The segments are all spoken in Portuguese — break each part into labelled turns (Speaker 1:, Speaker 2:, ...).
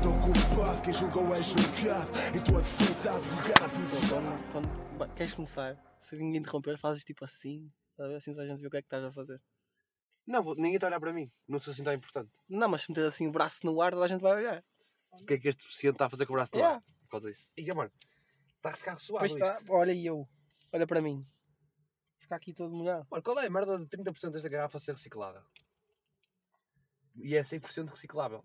Speaker 1: culpado, quem julgou é julgado. Em tua defesa, advogado.
Speaker 2: Quando, quando ba- queres começar, se ninguém interromper, fazes tipo assim, sabe? assim só a gente vê o que é que estás a fazer.
Speaker 3: Não, vou- ninguém está a olhar para mim. Não sou assim tão importante.
Speaker 2: Não, mas se meter assim o braço no ar, toda a gente vai olhar.
Speaker 3: O que é que este deficiente está a fazer com o braço no
Speaker 2: Yeah.
Speaker 3: ar? Por causa disso. E, mano, está a ficar suado
Speaker 2: Pois
Speaker 3: isto.
Speaker 2: está, olha e eu, olha para mim. Ficar aqui todo molhado.
Speaker 3: Mano, qual é a merda de 30% desta garrafa ser reciclada? E é 100% reciclável.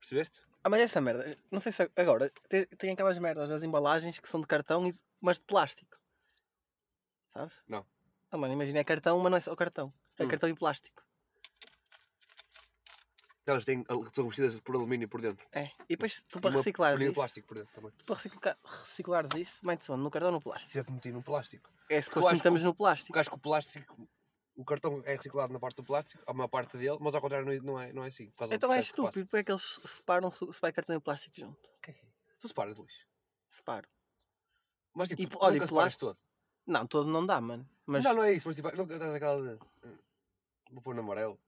Speaker 3: Percebeste?
Speaker 2: Ah, mas essa merda, não sei se é, agora, tem, tem aquelas merdas das embalagens que são de cartão, e- mas de plástico. Sabes?
Speaker 3: Não.
Speaker 2: Ah, mano, imagina, é cartão, mas não é só cartão. É
Speaker 3: Hum.
Speaker 2: cartão e plástico.
Speaker 3: Elas têm, são vestidas por alumínio por dentro.
Speaker 2: É. E depois tu
Speaker 3: E
Speaker 2: para
Speaker 3: uma
Speaker 2: reciclares
Speaker 3: folhinha de
Speaker 2: isso.
Speaker 3: plástico por dentro também.
Speaker 2: Tu para recicla- reciclares isso, metes onde? No cartão ou no plástico?
Speaker 3: Se eu que meti no plástico.
Speaker 2: É se
Speaker 3: Eu
Speaker 2: nós
Speaker 3: acho que
Speaker 2: estamos no
Speaker 3: Porque
Speaker 2: plástico.
Speaker 3: acho que o plástico, o cartão é reciclado na parte do plástico, há uma parte dele, mas ao contrário não é- não é, não é assim. Faz um
Speaker 2: Então é
Speaker 3: processo que passa.
Speaker 2: estúpido, porque é que eles separam se se vai cartão e plástico junto?
Speaker 3: Tu separas lixo.
Speaker 2: Separo.
Speaker 3: Mas tipo,
Speaker 2: E,
Speaker 3: tu
Speaker 2: olha,
Speaker 3: nunca
Speaker 2: e
Speaker 3: separas todo.
Speaker 2: Não, todo não dá, mano. Mas
Speaker 3: Não, não é isso, mas tipo, nunca estás aquela de. "Ah, Vou pôr no amarelo.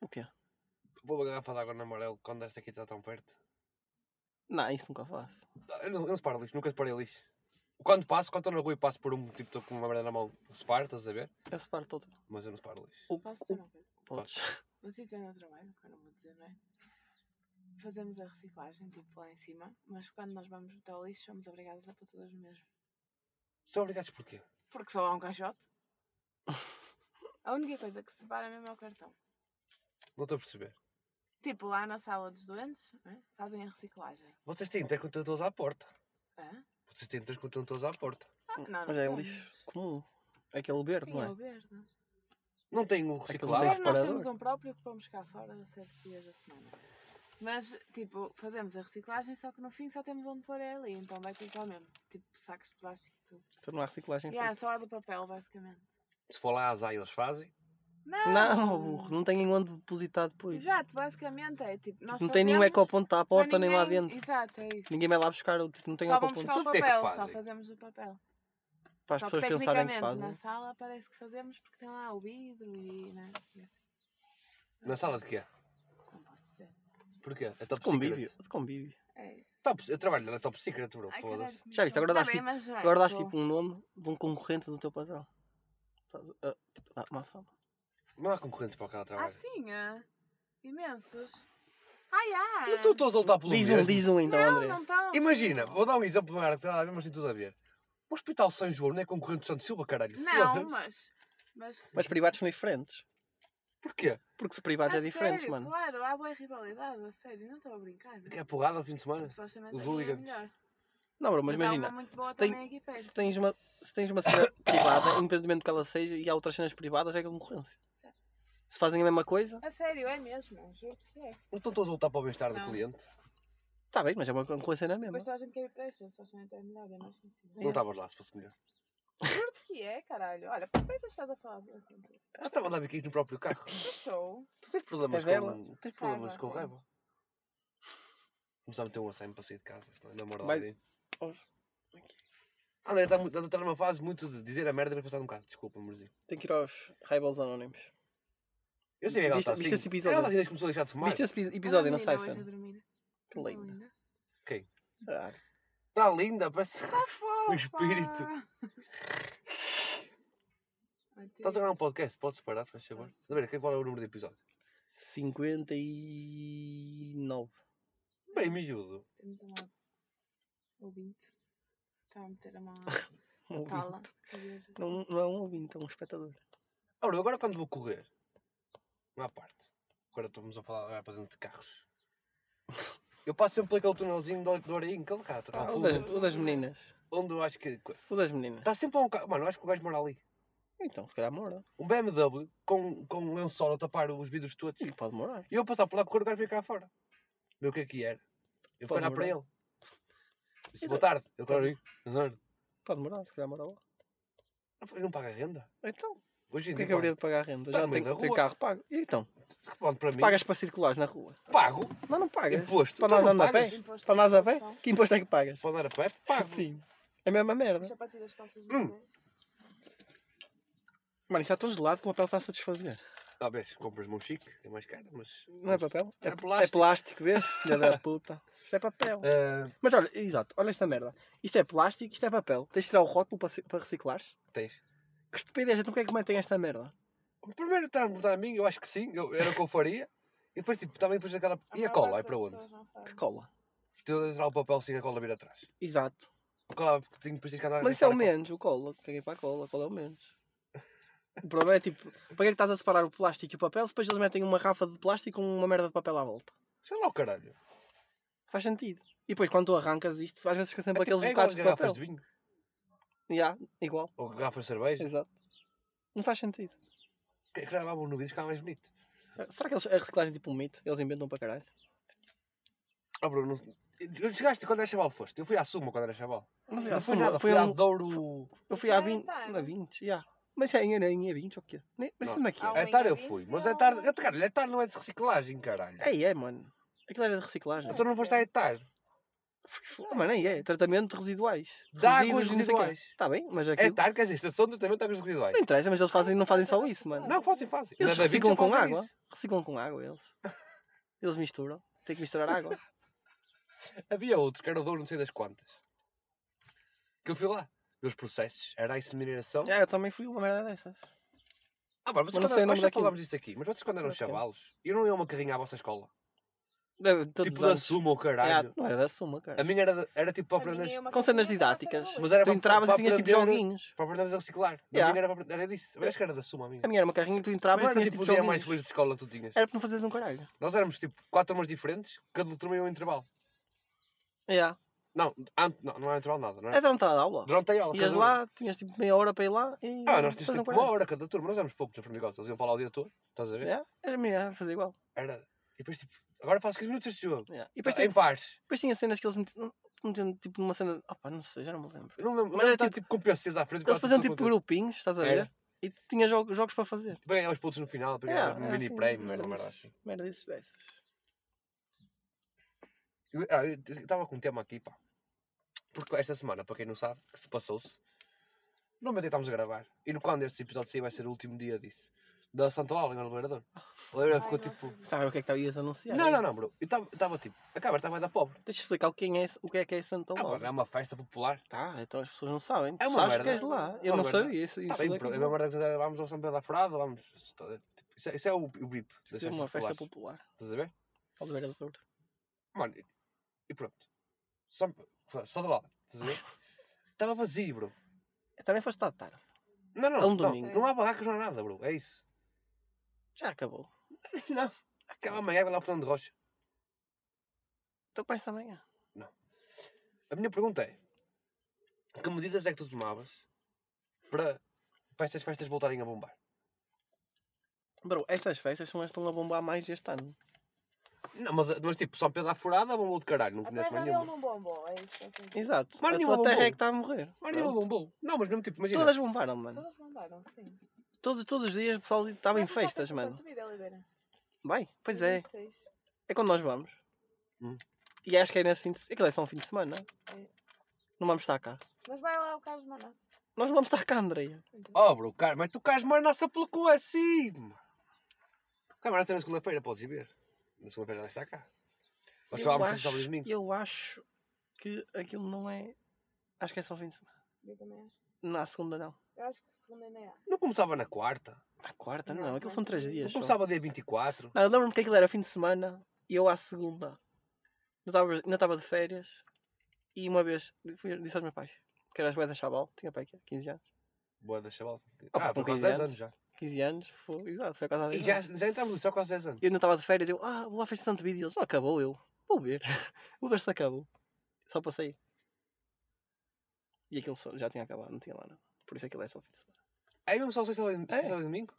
Speaker 2: o quê?
Speaker 3: Vou pôr a garrafa de água no amarelo quando esta aqui está tão perto. Ah,
Speaker 2: Não, isso nunca faço.
Speaker 3: Eu não, eu não separo lixo, nunca separei lixo. Quando passo, quando estou na rua e passo por um tipo, estou com uma merda na mão, separo, estás a ver?
Speaker 2: Eu separo todo.
Speaker 3: Mas eu não separo lixo.
Speaker 4: Posso dizer uma coisa?
Speaker 2: Podes.
Speaker 4: Vocês estão no trabalho, que eu não vou dizer, não é? Fazemos a reciclagem, tipo lá em cima, mas quando nós vamos botar o lixo, somos obrigados a pôr todas no mesmo.
Speaker 3: São obrigados porquê?
Speaker 4: Porque só há um caixote. A única coisa que separa mesmo é o cartão.
Speaker 3: Não estou a perceber.
Speaker 4: Tipo, lá na sala dos doentes, não é? fazem a reciclagem.
Speaker 3: Vocês têm três contentores à porta.
Speaker 4: Hã?
Speaker 3: Vocês têm três contentores à porta.
Speaker 4: Ah, não,
Speaker 2: Mas é
Speaker 4: temos.
Speaker 2: lixo comum. Aquele verde,
Speaker 4: Sim,
Speaker 2: não é?
Speaker 4: é o verde.
Speaker 3: Não um tem o
Speaker 2: que
Speaker 3: reciclado.
Speaker 2: Lá tem
Speaker 4: Primeiro nós
Speaker 2: separador.
Speaker 4: temos um próprio que vamos cá fora certos dias da semana. Mas, tipo, fazemos a reciclagem, só que no fim só temos onde pôr é ali, então vai tudo para o mesmo. Tipo, sacos de plástico e tudo.
Speaker 2: Então não há reciclagem.
Speaker 4: Yeah, só há do papel, basicamente.
Speaker 3: Se for lá à azar, eles fazem.
Speaker 4: Não!
Speaker 2: Não, burro, não tem onde depositar depois.
Speaker 4: Exato, basicamente é tipo. Nós
Speaker 2: Não tem nenhum
Speaker 4: fazemos,
Speaker 2: ecoponto à
Speaker 4: mas
Speaker 2: porta nem lá
Speaker 4: ninguém-
Speaker 2: dentro.
Speaker 4: Exato, é isso.
Speaker 2: Ninguém vai lá buscar, o tipo, não tem
Speaker 4: só vamos buscar
Speaker 2: ecoponto.
Speaker 3: Tudo
Speaker 4: o
Speaker 3: o que é que
Speaker 4: papel, só
Speaker 3: fazem?
Speaker 4: fazemos o papel.
Speaker 2: Para as
Speaker 4: só
Speaker 2: pessoas pensarem que
Speaker 4: tecnicamente, né? na
Speaker 2: fazem.
Speaker 4: sala parece que fazemos porque tem lá o vidro e. Né? e assim.
Speaker 3: Na sala de quê?
Speaker 4: Não posso dizer.
Speaker 3: Porquê? É top
Speaker 2: De convívio,
Speaker 3: secret.
Speaker 2: de convívio.
Speaker 4: É isso.
Speaker 3: Top, eu trabalho na top secret, bro.
Speaker 4: Ai,
Speaker 3: Oh, Foda-se.
Speaker 4: caralho, que
Speaker 2: Já viste, agora
Speaker 4: missão.
Speaker 2: dás
Speaker 4: Tá bem,
Speaker 2: tipo-
Speaker 4: mas já
Speaker 2: Agora dás
Speaker 4: estou-
Speaker 2: tipo um nome de um concorrente do teu patrão. Estás a- Tipo, dá má fama.
Speaker 3: Não é. há concorrentes para o que ela
Speaker 4: Ah,
Speaker 3: trabalha.
Speaker 4: sim, ah. Imensos. Ai, ai.
Speaker 3: Não estou todos a lutar pelo
Speaker 2: Diz um,
Speaker 3: mesmo.
Speaker 2: diz um então,
Speaker 4: Não,
Speaker 2: André.
Speaker 4: não estão.
Speaker 3: Imagina, vou dar um exemplo, merda, que está a ver, mas tem tudo a ver. O Hospital São João não é concorrente do Santo Silva, caralho.
Speaker 4: Não,
Speaker 3: Foda-se.
Speaker 4: mas. Mas.
Speaker 2: Mas privados são diferentes.
Speaker 3: Porquê?
Speaker 2: Porque se privados
Speaker 4: A
Speaker 2: é diferente,
Speaker 4: Ah, sério,
Speaker 2: mano.
Speaker 4: Claro, há boa rivalidade, a sério, não estou a brincar.
Speaker 3: Que é porrada ao fim de semana?
Speaker 4: Supostamente
Speaker 3: Os
Speaker 4: aqui é
Speaker 3: hooligans.
Speaker 4: melhor.
Speaker 2: Não, bro,
Speaker 4: Mas,
Speaker 2: mas
Speaker 4: há uma
Speaker 2: imagina.
Speaker 4: muito boa
Speaker 2: se tem-
Speaker 4: também aqui
Speaker 2: Se
Speaker 4: perto.
Speaker 2: tens uma, se tens uma cena privada, independentemente do que ela seja, e há outras cenas privadas, é concorrência.
Speaker 4: Certo.
Speaker 2: Se fazem a mesma coisa,
Speaker 4: A sério, é mesmo, juro-te que é.
Speaker 3: Não estão todos a lutar para o bem-estar do
Speaker 4: Não.
Speaker 3: cliente?
Speaker 2: está bem, mas é uma concorrência na mesma.
Speaker 4: Depois toda a gente quer ir para esta, supostamente é melhor, é mais
Speaker 2: É.
Speaker 4: sensível.
Speaker 3: Não estavas lá, se fosse melhor.
Speaker 4: Juro-te que é, caralho. Olha, por que pensas que estás a falar do assunto?
Speaker 3: Ah, estava a dar biquíni no próprio carro.
Speaker 4: Show.
Speaker 3: Tu tens problemas
Speaker 2: É dela.
Speaker 3: com. Tens problemas
Speaker 4: Raiva,
Speaker 3: com
Speaker 4: raiva.
Speaker 3: raiva. Começar a meter um assaio para sair de casa, senão ainda mora lá.
Speaker 2: Vai-
Speaker 3: alguém.
Speaker 2: Hoje.
Speaker 3: Ah, não, está muito- está numa fase muito de dizer a merda e depois passar um bocado. Desculpa, amorzinho.
Speaker 2: Tem que ir aos Rivals Anónimos.
Speaker 3: Eu sei que ela
Speaker 2: Viste-
Speaker 3: está assim.
Speaker 2: viste esse episódio?
Speaker 3: Ela está assim desde que começou a deixar de fumar.
Speaker 2: Viste esse epi- episódio
Speaker 4: Olha
Speaker 2: no
Speaker 4: a menina hoje é a
Speaker 2: Siphon?
Speaker 4: dormir. é
Speaker 2: Que lindo. Ah,
Speaker 3: Está Tá linda, parece.
Speaker 4: Está Ah, fofa.
Speaker 3: O espírito.
Speaker 4: Ai, tio.
Speaker 3: Estás a gravar um podcast, podes parar, se faz favor.
Speaker 4: Posso.
Speaker 3: A ver, qual é o número do episódio?
Speaker 2: 59.
Speaker 3: Bem, miúdo.
Speaker 4: Temos uma ouvinte. Está a meter a mão à
Speaker 2: Um ouvinte.
Speaker 4: pala. a ver se-
Speaker 2: Não, não é um ouvinte, é um espectador.
Speaker 3: Ora, agora quando vou correr, uma parte, agora estamos a falar agora para dentro de carros. Eu passo sempre por aquele tunelzinho do, do Oreinho, aquele rato,
Speaker 2: Ah,
Speaker 3: lá
Speaker 2: o,
Speaker 3: fundo,
Speaker 2: das, o das meninas.
Speaker 3: onde eu acho que.
Speaker 2: O das meninas.
Speaker 3: Está sempre lá um carro. Mano, eu acho que o gajo mora ali.
Speaker 2: Então, se calhar mora.
Speaker 3: Um BMW com, com um lençol a tapar os vidros todos.
Speaker 2: Sim, Pode morar.
Speaker 3: E eu passar por lá correr, o gajo veio cá fora. Ver o que é que era. Eu fui
Speaker 2: Pode
Speaker 3: olhar para
Speaker 2: morar.
Speaker 3: ele. Disse, boa tarde. Ele, claro, aí. andando.
Speaker 2: Pode morar, se calhar mora lá.
Speaker 3: Eu falei, Não paga renda.
Speaker 2: Então,
Speaker 3: Hoje em
Speaker 2: porquê
Speaker 3: dia.
Speaker 2: que haveria de
Speaker 3: paga.
Speaker 2: pagar renda?
Speaker 3: Tá
Speaker 2: Já
Speaker 3: no
Speaker 2: tem
Speaker 3: meio da
Speaker 2: que ter
Speaker 3: rua.
Speaker 2: carro pago. E então,
Speaker 3: Responde para
Speaker 2: tu
Speaker 3: mim.
Speaker 2: pagas para circulares na rua.
Speaker 3: Pago.
Speaker 2: Mas não pagas.
Speaker 3: Imposto.
Speaker 2: Para
Speaker 3: Então
Speaker 2: nós
Speaker 3: não
Speaker 2: andar a é pé?
Speaker 3: pagas.
Speaker 4: Imposto
Speaker 2: Para nós a pé?
Speaker 4: circulação.
Speaker 2: Que imposto é que pagas?
Speaker 3: Para andar a pé, pago.
Speaker 2: Sim. É a mesma merda.
Speaker 4: Deixa para tirar as calças do
Speaker 3: Hum.
Speaker 4: pé.
Speaker 2: Mano, isso está tão gelado que o papel está a satisfazer.
Speaker 3: Talvez compras mão chique, é mais cara, mas.
Speaker 2: Não é papel?
Speaker 3: É
Speaker 2: É, plástico. é
Speaker 3: plástico.
Speaker 2: plástico, vês? Filha da puta. Isto é papel.
Speaker 3: Ah,
Speaker 2: Mas olha, exato, olha esta merda. Isto é plástico, isto é papel. Tens de tirar o rótulo para, se- para reciclares?
Speaker 3: tens.
Speaker 2: Que estupidez, então porquê é que mantém esta merda?
Speaker 3: Primeiro está a mudar a mim, eu acho que sim, eu, era o que eu faria. E depois, tipo, também depois aquela. E a
Speaker 4: maior
Speaker 3: cola?
Speaker 4: parte
Speaker 3: É para
Speaker 4: das
Speaker 3: onde? Tipo,
Speaker 4: pessoas não faz.
Speaker 2: Que cola.
Speaker 3: Tu dás lá o papel sim, a cola vir atrás.
Speaker 2: Exato.
Speaker 3: A cola, porque tenho- depois tens que andar a
Speaker 2: Mas isso é o
Speaker 3: arrancar a cola.
Speaker 2: menos, o cola. Caguei para a cola, a cola é o menos. O problema é tipo, para que é que estás a separar o plástico e o papel se depois eles metem uma rafa de plástico com uma merda de papel à volta?
Speaker 3: Sei lá o caralho.
Speaker 2: É Faz sentido. E depois quando tu arrancas isto, às vezes fica sempre
Speaker 3: É tipo-
Speaker 2: aqueles
Speaker 3: é igual
Speaker 2: bocados
Speaker 3: as
Speaker 2: de
Speaker 3: garrafas
Speaker 2: papel.
Speaker 3: de vinho
Speaker 2: Já, igual,
Speaker 3: ou garrafas de cerveja. É
Speaker 2: exato. Não faz sentido.
Speaker 3: Que gravavam no vídeo, ficava mais bonito.
Speaker 2: Será que eles, a reciclagem é tipo um mito? Eles inventam para caralho.
Speaker 3: Ah, Bruno, não- chegaste quando era chaval foste? Eu fui à Suma quando era chaval.
Speaker 2: Não,
Speaker 3: Não foi
Speaker 2: Suma,
Speaker 3: nada,
Speaker 2: foi
Speaker 3: fui à
Speaker 2: um-
Speaker 3: Douro.
Speaker 2: Eu fui à
Speaker 4: Foi à
Speaker 2: 20,
Speaker 4: Antara.
Speaker 2: na 20, já. é Mas é em Aranha, é 20 ou o quê? Nem- Mas
Speaker 3: Não.
Speaker 2: isso não é que
Speaker 4: Há um
Speaker 2: é?
Speaker 4: uma-
Speaker 3: É tarde eu
Speaker 4: Aranha,
Speaker 3: fui,
Speaker 4: sim,
Speaker 3: mas
Speaker 4: há
Speaker 3: é
Speaker 4: uma-
Speaker 3: tarde. é, Caralho, é tarde não é de reciclagem, caralho.
Speaker 2: É, é, mano. Aquilo era de reciclagem.
Speaker 3: Então não foste à tarde.
Speaker 2: Não, mas nem é. Tratamento de residuais.
Speaker 3: De águas residuais.
Speaker 2: Está Tá bem, mas
Speaker 3: É
Speaker 2: aquilo...
Speaker 3: tarde, quer dizer, estação de tratamento de águas residuais.
Speaker 2: Não interessa, mas eles fazem, não fazem só isso, mano.
Speaker 3: Não, é fazem, fazem.
Speaker 2: Eles
Speaker 3: Na da Vinci
Speaker 2: reciclam com
Speaker 3: fazem
Speaker 2: água.
Speaker 3: isso.
Speaker 2: Reciclam com água, eles. Eles misturam. Tem que misturar água.
Speaker 3: Havia outro, que era o Douro, não sei das quantas. Que eu fui lá. Meus processos, era a inseminação.
Speaker 2: Já, eu também fui uma merda dessas.
Speaker 3: Ah, mas
Speaker 2: É. Mas
Speaker 3: vocês
Speaker 2: não
Speaker 3: quando
Speaker 2: sei o
Speaker 3: eram- nós
Speaker 2: nome daquilo.
Speaker 3: já
Speaker 2: é
Speaker 3: falámos disto aqui, mas vocês quando eram
Speaker 2: Mas quê?
Speaker 3: chavalos, e não iam uma carrinha à vossa escola?
Speaker 2: Deve- todos
Speaker 3: Tipo
Speaker 2: os
Speaker 3: da
Speaker 2: anos. É.
Speaker 3: Suma ou
Speaker 2: Já,
Speaker 3: caralho.
Speaker 2: não era da Suma,
Speaker 3: A
Speaker 2: cara.
Speaker 3: minha era, de- era tipo para
Speaker 4: A minha
Speaker 3: aprender.
Speaker 4: é uma
Speaker 2: Com cenas
Speaker 4: cozinha que dá para
Speaker 2: didáticas.
Speaker 4: fazer
Speaker 3: Mas era
Speaker 2: Tu
Speaker 3: para-
Speaker 2: entravas e
Speaker 3: para
Speaker 2: tinhas tipo
Speaker 3: aprender-
Speaker 2: joguinhos.
Speaker 3: Para aprenderes a reciclar. Na
Speaker 2: Ya.
Speaker 3: minha era, para aprender- era disso. Eu acho que era da Suma, a minha.
Speaker 2: A minha era uma carrinha, tu
Speaker 3: Mas
Speaker 2: entravas e
Speaker 3: era
Speaker 2: tinhas
Speaker 3: tipo
Speaker 2: tipo
Speaker 3: o dia mais
Speaker 2: joguinhos.
Speaker 3: feliz de escola que tu tinhas.
Speaker 2: Era para não fazeres um caralho.
Speaker 3: Nós éramos tipo quatro turmas diferentes, cada turma ia um intervalo.
Speaker 2: Já.
Speaker 3: Não, ante, não, não era intervalo nada, não era?
Speaker 2: É durante a aula.
Speaker 3: Durante a aula.
Speaker 2: Ias
Speaker 3: cada um. uma.
Speaker 2: lá, tinhas tipo meia hora para ir lá e.
Speaker 3: Ah, nós tínhamos
Speaker 2: fazer um
Speaker 3: tipo
Speaker 2: quarto.
Speaker 3: uma né? hora cada turma, nós éramos poucos na formigosa, eles iam falar o dia todo, estás a ver?
Speaker 2: Yeah, Era melhor fazer igual.
Speaker 3: Era. E depois tipo, agora faço 15 minutos este jogo.
Speaker 2: Yeah. E
Speaker 3: Depois
Speaker 2: depois, tinha,
Speaker 3: em pares.
Speaker 2: depois tinha cenas que eles metiam, metiam tipo numa cena. Ah, pá, não sei, já não me lembro.
Speaker 3: Eu não lembro,
Speaker 2: Mas
Speaker 3: mas
Speaker 2: era
Speaker 3: era tipo, tipo com PCs à frente.
Speaker 2: Eles
Speaker 3: quase
Speaker 2: faziam
Speaker 3: tudo
Speaker 2: tipo
Speaker 3: com-
Speaker 2: grupinhos, estás a ver?
Speaker 3: Era.
Speaker 2: E tinha jogos, jogos para fazer.
Speaker 3: Ganhava os pontos no final, depois
Speaker 2: Yeah,
Speaker 3: ganhava um
Speaker 2: era
Speaker 3: mini
Speaker 2: assim,
Speaker 3: prémio, era uma merda
Speaker 2: disso-
Speaker 3: assim.
Speaker 2: Merda disso, dessas.
Speaker 3: Eu ah, eu estava com um tema aqui, pá. Porque esta semana, para quem não sabe, que se passou-se, normalmente estamos a gravar. E no quando este episódio sair vai ser o último dia disso. Da Santa Laura em Liberador. A Oliveira
Speaker 4: Ai,
Speaker 3: ficou
Speaker 4: não
Speaker 3: tipo.
Speaker 4: acredito.
Speaker 2: Sabe o que é que estavas a anunciar?
Speaker 3: Não,
Speaker 2: aí?
Speaker 3: não, não, bro. Eu estava tipo. A câmara estava da pobre.
Speaker 2: Deixa eu explicar o, quem é, esse- o que é que é Santa
Speaker 3: Ah, mano,
Speaker 2: Laura.
Speaker 3: é uma festa popular.
Speaker 2: tá, então as pessoas não sabem.
Speaker 3: É
Speaker 2: tu
Speaker 3: uma
Speaker 2: sabes
Speaker 3: merda. É
Speaker 2: que és lá. Eu não
Speaker 3: Uma merda.
Speaker 2: sabia isso.
Speaker 3: Está
Speaker 2: isso
Speaker 3: bem,
Speaker 2: daqui
Speaker 3: bro. É
Speaker 2: não.
Speaker 3: uma merda que vamos ao São Pedro da Frada, vamos. tipo, Isso é, isso é o, o bip das
Speaker 2: Isso é
Speaker 3: festas
Speaker 2: uma festa
Speaker 3: populares.
Speaker 2: popular.
Speaker 3: Estás a ver?
Speaker 2: Oliveira do Douro.
Speaker 3: Mano, e- e pronto. Só, só de lá. Estás a ver? Estava vazio, bro.
Speaker 2: É, Também foste à tarde.
Speaker 3: Não, não,
Speaker 2: É um
Speaker 3: não,
Speaker 2: domingo.
Speaker 3: Não há barracas, não há nada, bro. É isso.
Speaker 2: Já acabou.
Speaker 3: Não. Acaba amanhã, vai lá ao Fernando Rocha.
Speaker 2: Então começa amanhã.
Speaker 3: A minha pergunta é: que medidas é que tu tomavas para, para estas festas voltarem a bombar?
Speaker 2: Bro, essas festas são as que estão a bombar mais este ano.
Speaker 3: Não, mas, mas tipo, São Pedro à Furada bombou de caralho, não
Speaker 4: A
Speaker 3: conheces
Speaker 4: perna
Speaker 3: é mais
Speaker 4: dele
Speaker 3: nenhuma.
Speaker 4: não bombou, é isso que eu tenho.
Speaker 2: Exato.
Speaker 3: Mas
Speaker 2: a
Speaker 3: nenhuma
Speaker 2: tua terra
Speaker 3: bombou.
Speaker 2: é que está a morrer.
Speaker 3: Mas nenhuma
Speaker 2: Pronto.
Speaker 3: bombou. Não, mas mesmo tipo, imagina.
Speaker 2: Todas bombaram, mano.
Speaker 4: Todas bombaram, sim.
Speaker 2: Todos, todos os dias o pessoal estava em
Speaker 4: Mas tu já
Speaker 2: festas,
Speaker 4: fizeste
Speaker 2: mano.
Speaker 4: a tua vida, Oliveira?
Speaker 2: Vai, pois é.
Speaker 4: 26.
Speaker 2: É quando nós vamos.
Speaker 3: Hum.
Speaker 2: E acho que é nesse fim de semana. Aquilo é só um fim de semana.
Speaker 4: É.
Speaker 2: Não vamos estar cá.
Speaker 4: Mas vai lá o Carlos Manassi.
Speaker 2: Nós não vamos estar cá, Andreia.
Speaker 3: Oh, bro, cara, mas tu cares mais nossa pelo cu assim. Cara, mas na segunda-feira podes ir ver. Na segunda-feira já está cá. Nós
Speaker 2: Eu
Speaker 3: falámos
Speaker 2: acho-
Speaker 3: sobre sábado e domingo.
Speaker 2: Eu acho que aquilo não é. Acho que é só o fim de semana.
Speaker 3: Oh.
Speaker 4: Eu também acho que sim.
Speaker 2: Na segunda, não.
Speaker 4: Eu acho que segunda ainda é.
Speaker 3: Não começava na quarta.
Speaker 2: Na quarta,
Speaker 4: Não,
Speaker 2: não. Aquilo são
Speaker 4: mas-
Speaker 2: três
Speaker 4: Não
Speaker 2: dias.
Speaker 3: Não
Speaker 2: só.
Speaker 3: começava dia 24.
Speaker 2: Não, eu lembro-me que aquilo era fim de semana e eu à segunda. Eu tava- Ainda estava de férias e uma vez fui, disse aos meus pais que eras bué da chaval, tinha pai aqui, 15 anos.
Speaker 3: Boa da chaval.
Speaker 2: Ah,
Speaker 3: Ah,
Speaker 2: com
Speaker 3: foi quase
Speaker 2: 15
Speaker 3: 10
Speaker 2: anos.
Speaker 3: anos já.
Speaker 2: 15 anos, foi, exato, foi quase há
Speaker 3: E
Speaker 2: 10
Speaker 3: já,
Speaker 2: anos.
Speaker 3: já entramos no céu há quase 10 anos.
Speaker 2: Eu ainda estava de férias, eu, ah, vou lá à festa de Santo Vídeo. E Eles, não acabou eu, vou ver, vou ver se acabou. Só para sair. E aquilo só- já tinha acabado, não tinha lá nada. Por isso aquilo é só fim de semana.
Speaker 3: Aí mesmo só sei se
Speaker 2: É.
Speaker 3: sábado e domingo?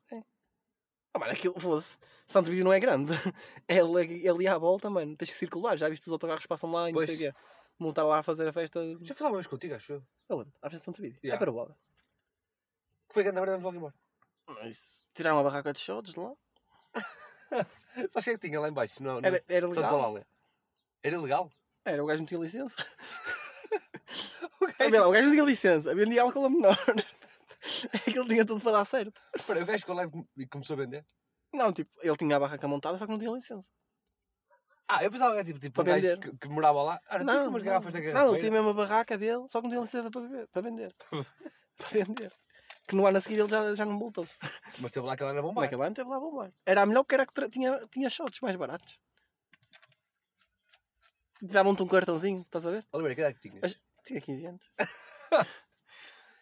Speaker 2: Ah, mano, aquilo fosse. Santo Vídeo não é grande. É ali, é ali à volta, mano. Tens que circular. Já viste os autocarros que passam lá e não sei o quê. Não estar lá a fazer a festa.
Speaker 3: Já falava mais contigo, acho eu.
Speaker 2: Aonde? À frente de Santo Vídeo.
Speaker 3: Yeah.
Speaker 2: É para o Bob.
Speaker 3: Que foi que andava logo embora.
Speaker 2: Mas tiraram uma barraca de shows de lá.
Speaker 3: Sabes o que é que tinha lá em baixo? Não,
Speaker 2: Era, era
Speaker 3: Santa
Speaker 2: legal.
Speaker 3: Lália. Era ilegal?
Speaker 2: Era, o gajo não tinha licença.
Speaker 3: O gajo-
Speaker 2: Sabia lá, o gajo não tinha licença. um Vendia álcool a menor. É que ele tinha tudo para dar certo.
Speaker 3: Espera, o gajo ficou lá e come- e começou a vender.
Speaker 2: Não, tipo, ele tinha a barraca montada, só que não tinha licença.
Speaker 3: Ah, eu pensava que era tipo, tipo um
Speaker 2: Para
Speaker 3: gajo
Speaker 2: vender.
Speaker 3: que, que morava lá.
Speaker 2: Ah,
Speaker 3: Olha,
Speaker 2: tipo
Speaker 3: tem umas garrafas da garrafa.
Speaker 2: Não, ele tinha mesmo a barraca dele, só que não tinha licença para, beber, para vender. para vender. Que no ano a seguir ele já, já não voltou.
Speaker 3: Mas teve lá aquela na bomba.
Speaker 2: Naquele ano teve lá bombar. Era a melhor porque era que tra- tinha, tinha shots mais baratos. Davam-te um cartãozinho, estás a ver?
Speaker 3: Oliveira, que idade que tinhas?
Speaker 2: Mas- Tinha 15 anos.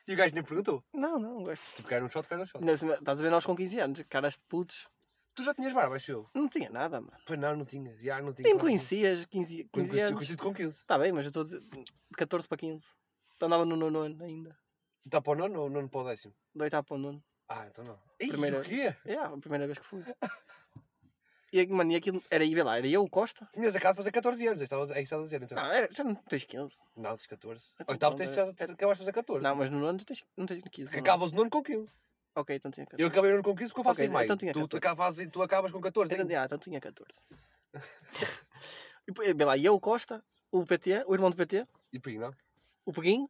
Speaker 3: E o gajo nem perguntou.
Speaker 2: Não, não, é gajo.
Speaker 3: Tipo, quer um shot, quer um shot.
Speaker 2: Nesse- Estás a ver nós com 15 anos, caras de putos.
Speaker 3: Tu já tinhas barba, acho eu.
Speaker 2: Não tinha nada, mano.
Speaker 3: Pois não, não tinha. Já não tinha.
Speaker 2: Nem me
Speaker 3: claro que não.
Speaker 2: conhecias, 15, 15
Speaker 3: Conheci-
Speaker 2: anos.
Speaker 3: Conheci-te com 15.
Speaker 2: Está bem, mas eu estou a dizer, de 14 para 15. Então andava no nono ano ainda.
Speaker 3: Está tá para o nono ou nono para o décimo?
Speaker 2: Do oitavo para o nono.
Speaker 3: Ah, então não. Ih,
Speaker 2: Primeira-
Speaker 3: o quê?
Speaker 2: É, a primeira vez que fui. E, é mano, e aquilo era, e vê lá, era eu, o Costa?
Speaker 3: Tinhas acabado de fazer 14 anos, é isso que estavas- é isso que estavas a dizer, então.
Speaker 2: Não, era- já não tens 15.
Speaker 3: Não, tens 14.
Speaker 2: Ah. Então,
Speaker 3: Oitavo
Speaker 2: não,
Speaker 3: tá, tens já
Speaker 2: não.
Speaker 3: acabaste de fazer 14.
Speaker 2: Não, mas no nono tens, não tens 15.
Speaker 3: Que
Speaker 2: não.
Speaker 3: acabas o nono com 15.
Speaker 2: Ok, então tinha 14.
Speaker 3: Eu acabei o nono com 15 porque eu faço
Speaker 2: Ok,
Speaker 3: em maio.
Speaker 2: então tinha
Speaker 3: tu,
Speaker 2: 14.
Speaker 3: tu acabas, em- tu acabas com 14.
Speaker 2: Então,
Speaker 3: hein?
Speaker 2: ah, então tinha 14. e pô, vê lá, e eu, o Costa, o PT, o irmão do PT,
Speaker 3: E pinho, não?
Speaker 2: o Peguinho,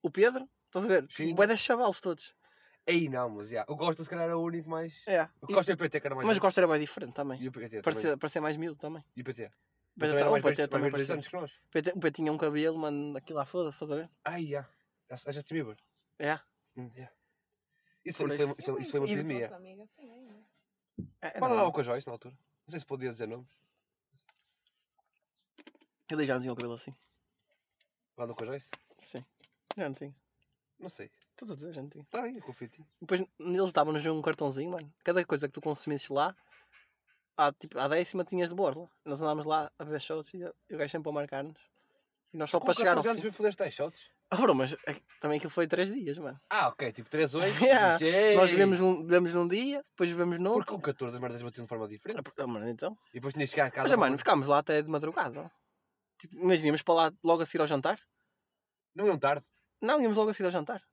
Speaker 2: o Pedro, estás a ver?
Speaker 3: Sim.
Speaker 2: O Boé chavalos todos.
Speaker 3: Aí não, mas já. O Costa se calhar era o único mais.
Speaker 2: É.
Speaker 3: O
Speaker 2: E-
Speaker 3: Costa e o PT que era mais.
Speaker 2: mas o
Speaker 3: velho.
Speaker 2: Costa era bem diferente também.
Speaker 3: E o PT. também.
Speaker 2: Parecia, parecia mais miúdo também.
Speaker 3: E o PT.
Speaker 2: Mas
Speaker 3: Mas também era
Speaker 2: até-
Speaker 3: mais
Speaker 2: o PT
Speaker 3: velho, mais
Speaker 2: também
Speaker 3: velho dois
Speaker 2: parecia.
Speaker 3: anos que nós.
Speaker 2: O PT, o PT tinha um cabelo, mano, aquilo lá foda, estás a ver?
Speaker 3: Ai, já. A a Justin Bieber.
Speaker 2: É.
Speaker 3: Hum, já. Isso
Speaker 2: Por
Speaker 3: foi, isso foi,
Speaker 2: isso-
Speaker 3: isso foi- isso foi uma
Speaker 2: isso-
Speaker 3: epidemia.
Speaker 4: Nossa amiga, sim, ainda.
Speaker 2: é, é
Speaker 3: Quando andava
Speaker 2: normal.
Speaker 3: com a Joyce na altura? Não sei se podia dizer nomes.
Speaker 2: Ele já não tinha o cabelo assim.
Speaker 3: Quando andava com a Joyce?
Speaker 2: Sim. Já não tinha.
Speaker 3: Não sei.
Speaker 2: Tudo a dizer, já não tinha.
Speaker 3: Está bem, eu confio em ti.
Speaker 2: Depois eles davam-nos um cartãozinho, mano. Cada coisa que tu consumisses lá, à, tipo, à décima tinhas de borla. Nós andámos lá a ver shows e eu- e o gajo sempre a marcar-nos. E nós só
Speaker 3: Com
Speaker 2: para chegar ao
Speaker 3: 14 anos
Speaker 2: fim-
Speaker 3: me fodeste 10 shots.
Speaker 2: Ah, bro, mas é- também aquilo foi três dias, mano.
Speaker 3: Ah, ok, tipo 3 hoje.
Speaker 2: Yeah.
Speaker 3: Gente.
Speaker 2: Nós bebemos, um, bebemos num dia, depois bebemos no
Speaker 3: Porque
Speaker 2: outro.
Speaker 3: com 14 as merdas batiam de forma diferente.
Speaker 2: Ah, por- ah, mano, então.
Speaker 3: E depois tinhas que chegar a casa.
Speaker 2: Mas,
Speaker 3: para-
Speaker 2: mano, ficámos lá até de madrugada. Tipo, imagina, íamos para lá logo a seguir ao jantar.
Speaker 3: Não iam tarde.
Speaker 2: Não, íamos logo a seguir ao jantar.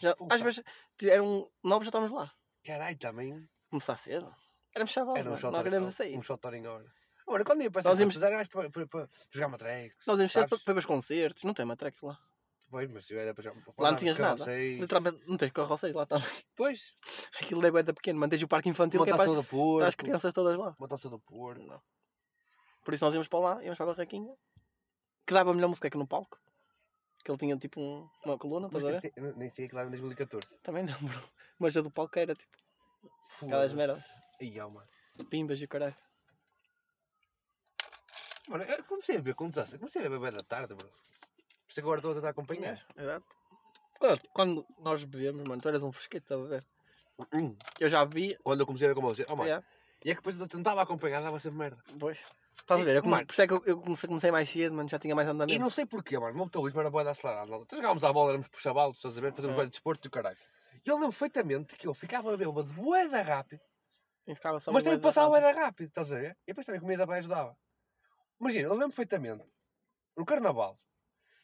Speaker 2: Já,
Speaker 3: Puta.
Speaker 2: às vezes, tipo, eram nove, já estávamos lá.
Speaker 3: Caralho, também.
Speaker 2: Começar cedo. Éramos chavales,
Speaker 3: Era um
Speaker 2: mano.
Speaker 3: shot
Speaker 2: é? Nós
Speaker 3: hora-
Speaker 2: queremos a sair.
Speaker 3: Um shot hora em hora. Mano, quando ia para
Speaker 2: Nós
Speaker 3: Nós
Speaker 2: íamos-
Speaker 3: íamos... era mais para, para, para jogar matrecos.
Speaker 2: Nós íamos cedo para,
Speaker 3: sabes?
Speaker 2: para ver os concertos. Não tem matreco lá.
Speaker 3: Pois, mas eu era para jogar para
Speaker 2: Lá não
Speaker 3: andar de
Speaker 2: tinhas nada.
Speaker 3: carroceis.
Speaker 2: Literalmente, não tens carroceis lá também.
Speaker 3: Pois,
Speaker 2: Aquilo é bué da pequeno, mantens o parque infantil
Speaker 3: uma
Speaker 2: que é
Speaker 3: taça
Speaker 2: para
Speaker 3: do
Speaker 2: para as
Speaker 3: porco.
Speaker 2: crianças todas lá.
Speaker 3: Uma taça do porco.
Speaker 2: Por isso nós íamos para lá, íamos para a barraquinha. Que dava a melhor música que no palco. Que ele tinha tipo um- uma coluna,
Speaker 3: Mas
Speaker 2: estás a ver?
Speaker 3: tipo, nem- nem sei que lá em 2014.
Speaker 2: Também não, bro. Mas a do palco era tipo Aquelas
Speaker 3: Foda-se.
Speaker 2: merdas.
Speaker 3: Ai, ó, mano.
Speaker 2: pimbas e o caralho.
Speaker 3: Mano, eu comecei a beber com 16. Comecei a beber bem da tarde, bro. Por isso é que agora estou a tentar acompanhar.
Speaker 2: Exato. Quando, quando nós bebemos, mano, tu eras um fresquito, estás a ver?
Speaker 3: Hum.
Speaker 2: Eu já bebi.
Speaker 3: Quando eu comecei a beber com você. Oh, mano.
Speaker 2: Yeah,
Speaker 3: E é que depois eu tentava acompanhar, dava sempre merda.
Speaker 2: pois. Estás a ver? Eu come-
Speaker 3: Mano.
Speaker 2: Por isso é que eu, eu comecei, comecei mais cedo, mano, já tinha mais
Speaker 3: E
Speaker 2: andamento.
Speaker 3: não sei porquê, mano. O meu metabolismo era boa de acelerado. Então jogávamos à bola, éramos por chavalos, estás a ver? Fazíamos
Speaker 2: É.
Speaker 3: boa de desporto e o caralho. E eu lembro perfeitamente que eu ficava a beber uma de boeda rápido,
Speaker 2: E ficava só
Speaker 3: mas
Speaker 2: uma
Speaker 3: também
Speaker 2: coisa
Speaker 3: passava
Speaker 2: rápida.
Speaker 3: boeda rápido, estás a ver? E depois também a comida bem ajudava. Imagina, eu lembro perfeitamente, no carnaval,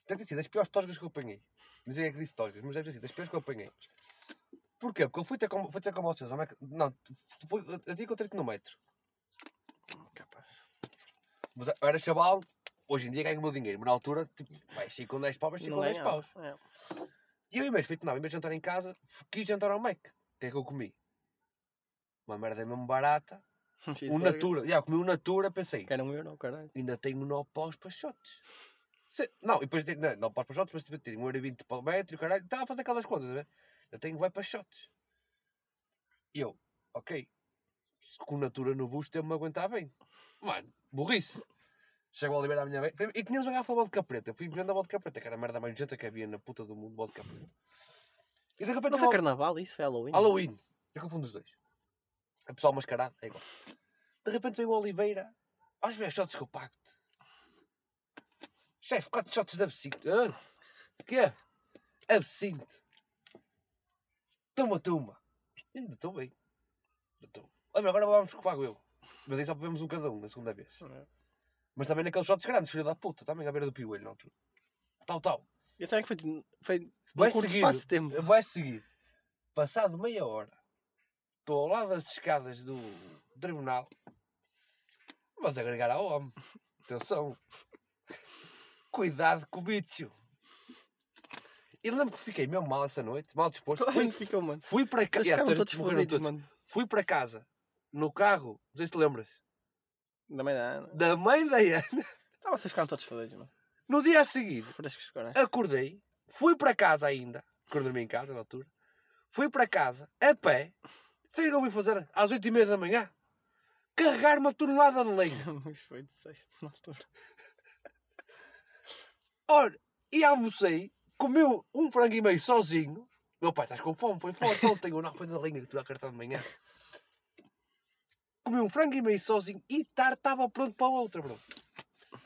Speaker 3: deve ter sido das piores tosgas que eu apanhei. Não sei quem é que disse tosgas, mas deve ter sido das piores que eu apanhei. Porquê? Porque eu fui ter com, fui ter com vocês. ao Mac- Não, tu- tu- eu, eu te encontrei-te no metro. Mas eu era chaval, hoje em dia ganho o meu dinheiro, mas na altura, tipo, vai, saí com 10 paus, mas saí
Speaker 2: Não
Speaker 3: com 10
Speaker 2: ganhava.
Speaker 3: paus.
Speaker 2: É.
Speaker 3: E eu, em vez de feito nada, em vez de jantar em casa, f- quis jantar ao Mac. O que é que eu comi? Uma merda mesmo barata.
Speaker 2: Um
Speaker 3: um
Speaker 2: cheeseburger.
Speaker 3: Natura. Já, comi um Natura, pensei,
Speaker 2: Que era um euro, caralho.
Speaker 3: ainda tenho 9 paus para shots. Se- Não, e depois tenho 9 paus para shots, mas tipo, tenho 1 euro e 20 para o metro, caralho. Estava a fazer aquelas contas, a ver? Eu tenho vai para shots. E eu, ok. se Com Natura no busto, devo-me aguentar bem. Mano, burrice. Chegou a liberar a minha vez. E tínhamos uma garrafa de vodka preta. Eu fui bebendo a vodka preta, que era a merda mais nojenta que havia na puta do mundo, vodka preta. E de repente
Speaker 2: Não
Speaker 3: eu
Speaker 2: foi
Speaker 3: vou-
Speaker 2: carnaval isso? Foi Halloween?
Speaker 3: Halloween. Eu confundo os dois. É pessoal mascarado, é igual. De repente veio o Oliveira. Aos meus shots que eu pago-te. Chefe, quatro shots de absinto. Hã? De quê? Absinto. Toma, toma. Ainda estou bem. Ainda estou. Olha, agora vamos que pago eu. Mas aí só bebemos um cada um, na segunda vez.
Speaker 2: É.
Speaker 3: Mas também naqueles shots grandes, filho da puta. Também à beira do piolho, na altura. Tal, tal.
Speaker 2: Eu sei que foi, tipo, foi um
Speaker 3: Vai
Speaker 2: curto
Speaker 3: seguir.
Speaker 2: espaço de tempo.
Speaker 3: Vai é seguir. Passado meia hora, estou ao lado das escadas do tribunal. Mas agregar ao homem. Atenção. Cuidado com o bicho. E lembro que fiquei mesmo mal essa noite, mal disposto.
Speaker 2: Toda a
Speaker 3: Fui,
Speaker 2: gente ficou, mano.
Speaker 3: fui para
Speaker 2: Eles
Speaker 3: casa.
Speaker 2: ficaram todos fodidos, mano.
Speaker 3: Fui para casa. no carro, não sei se te lembras,
Speaker 2: Da mãe da Ana.
Speaker 3: da mãe da Ana.
Speaker 2: Ah, é? vocês ficaram todos fodidos, mano.
Speaker 3: No dia a seguir,
Speaker 2: Frescos agora.
Speaker 3: acordei, fui para casa ainda, porque eu dormi em casa na altura, fui para casa, a pé, sei o que eu vim fazer às 8 e meia da manhã, carregar uma tonelada de lenha.
Speaker 2: Mas foi de sexto na altura.
Speaker 3: Ora, e almocei, comeu um frango e meio sozinho. Meu pai, estás com fome, foi fome, não tenho não, foi na lenha que tu a cartão de manhã. Comi um frango e meio sozinho e tarde estava pronto para outra, bro.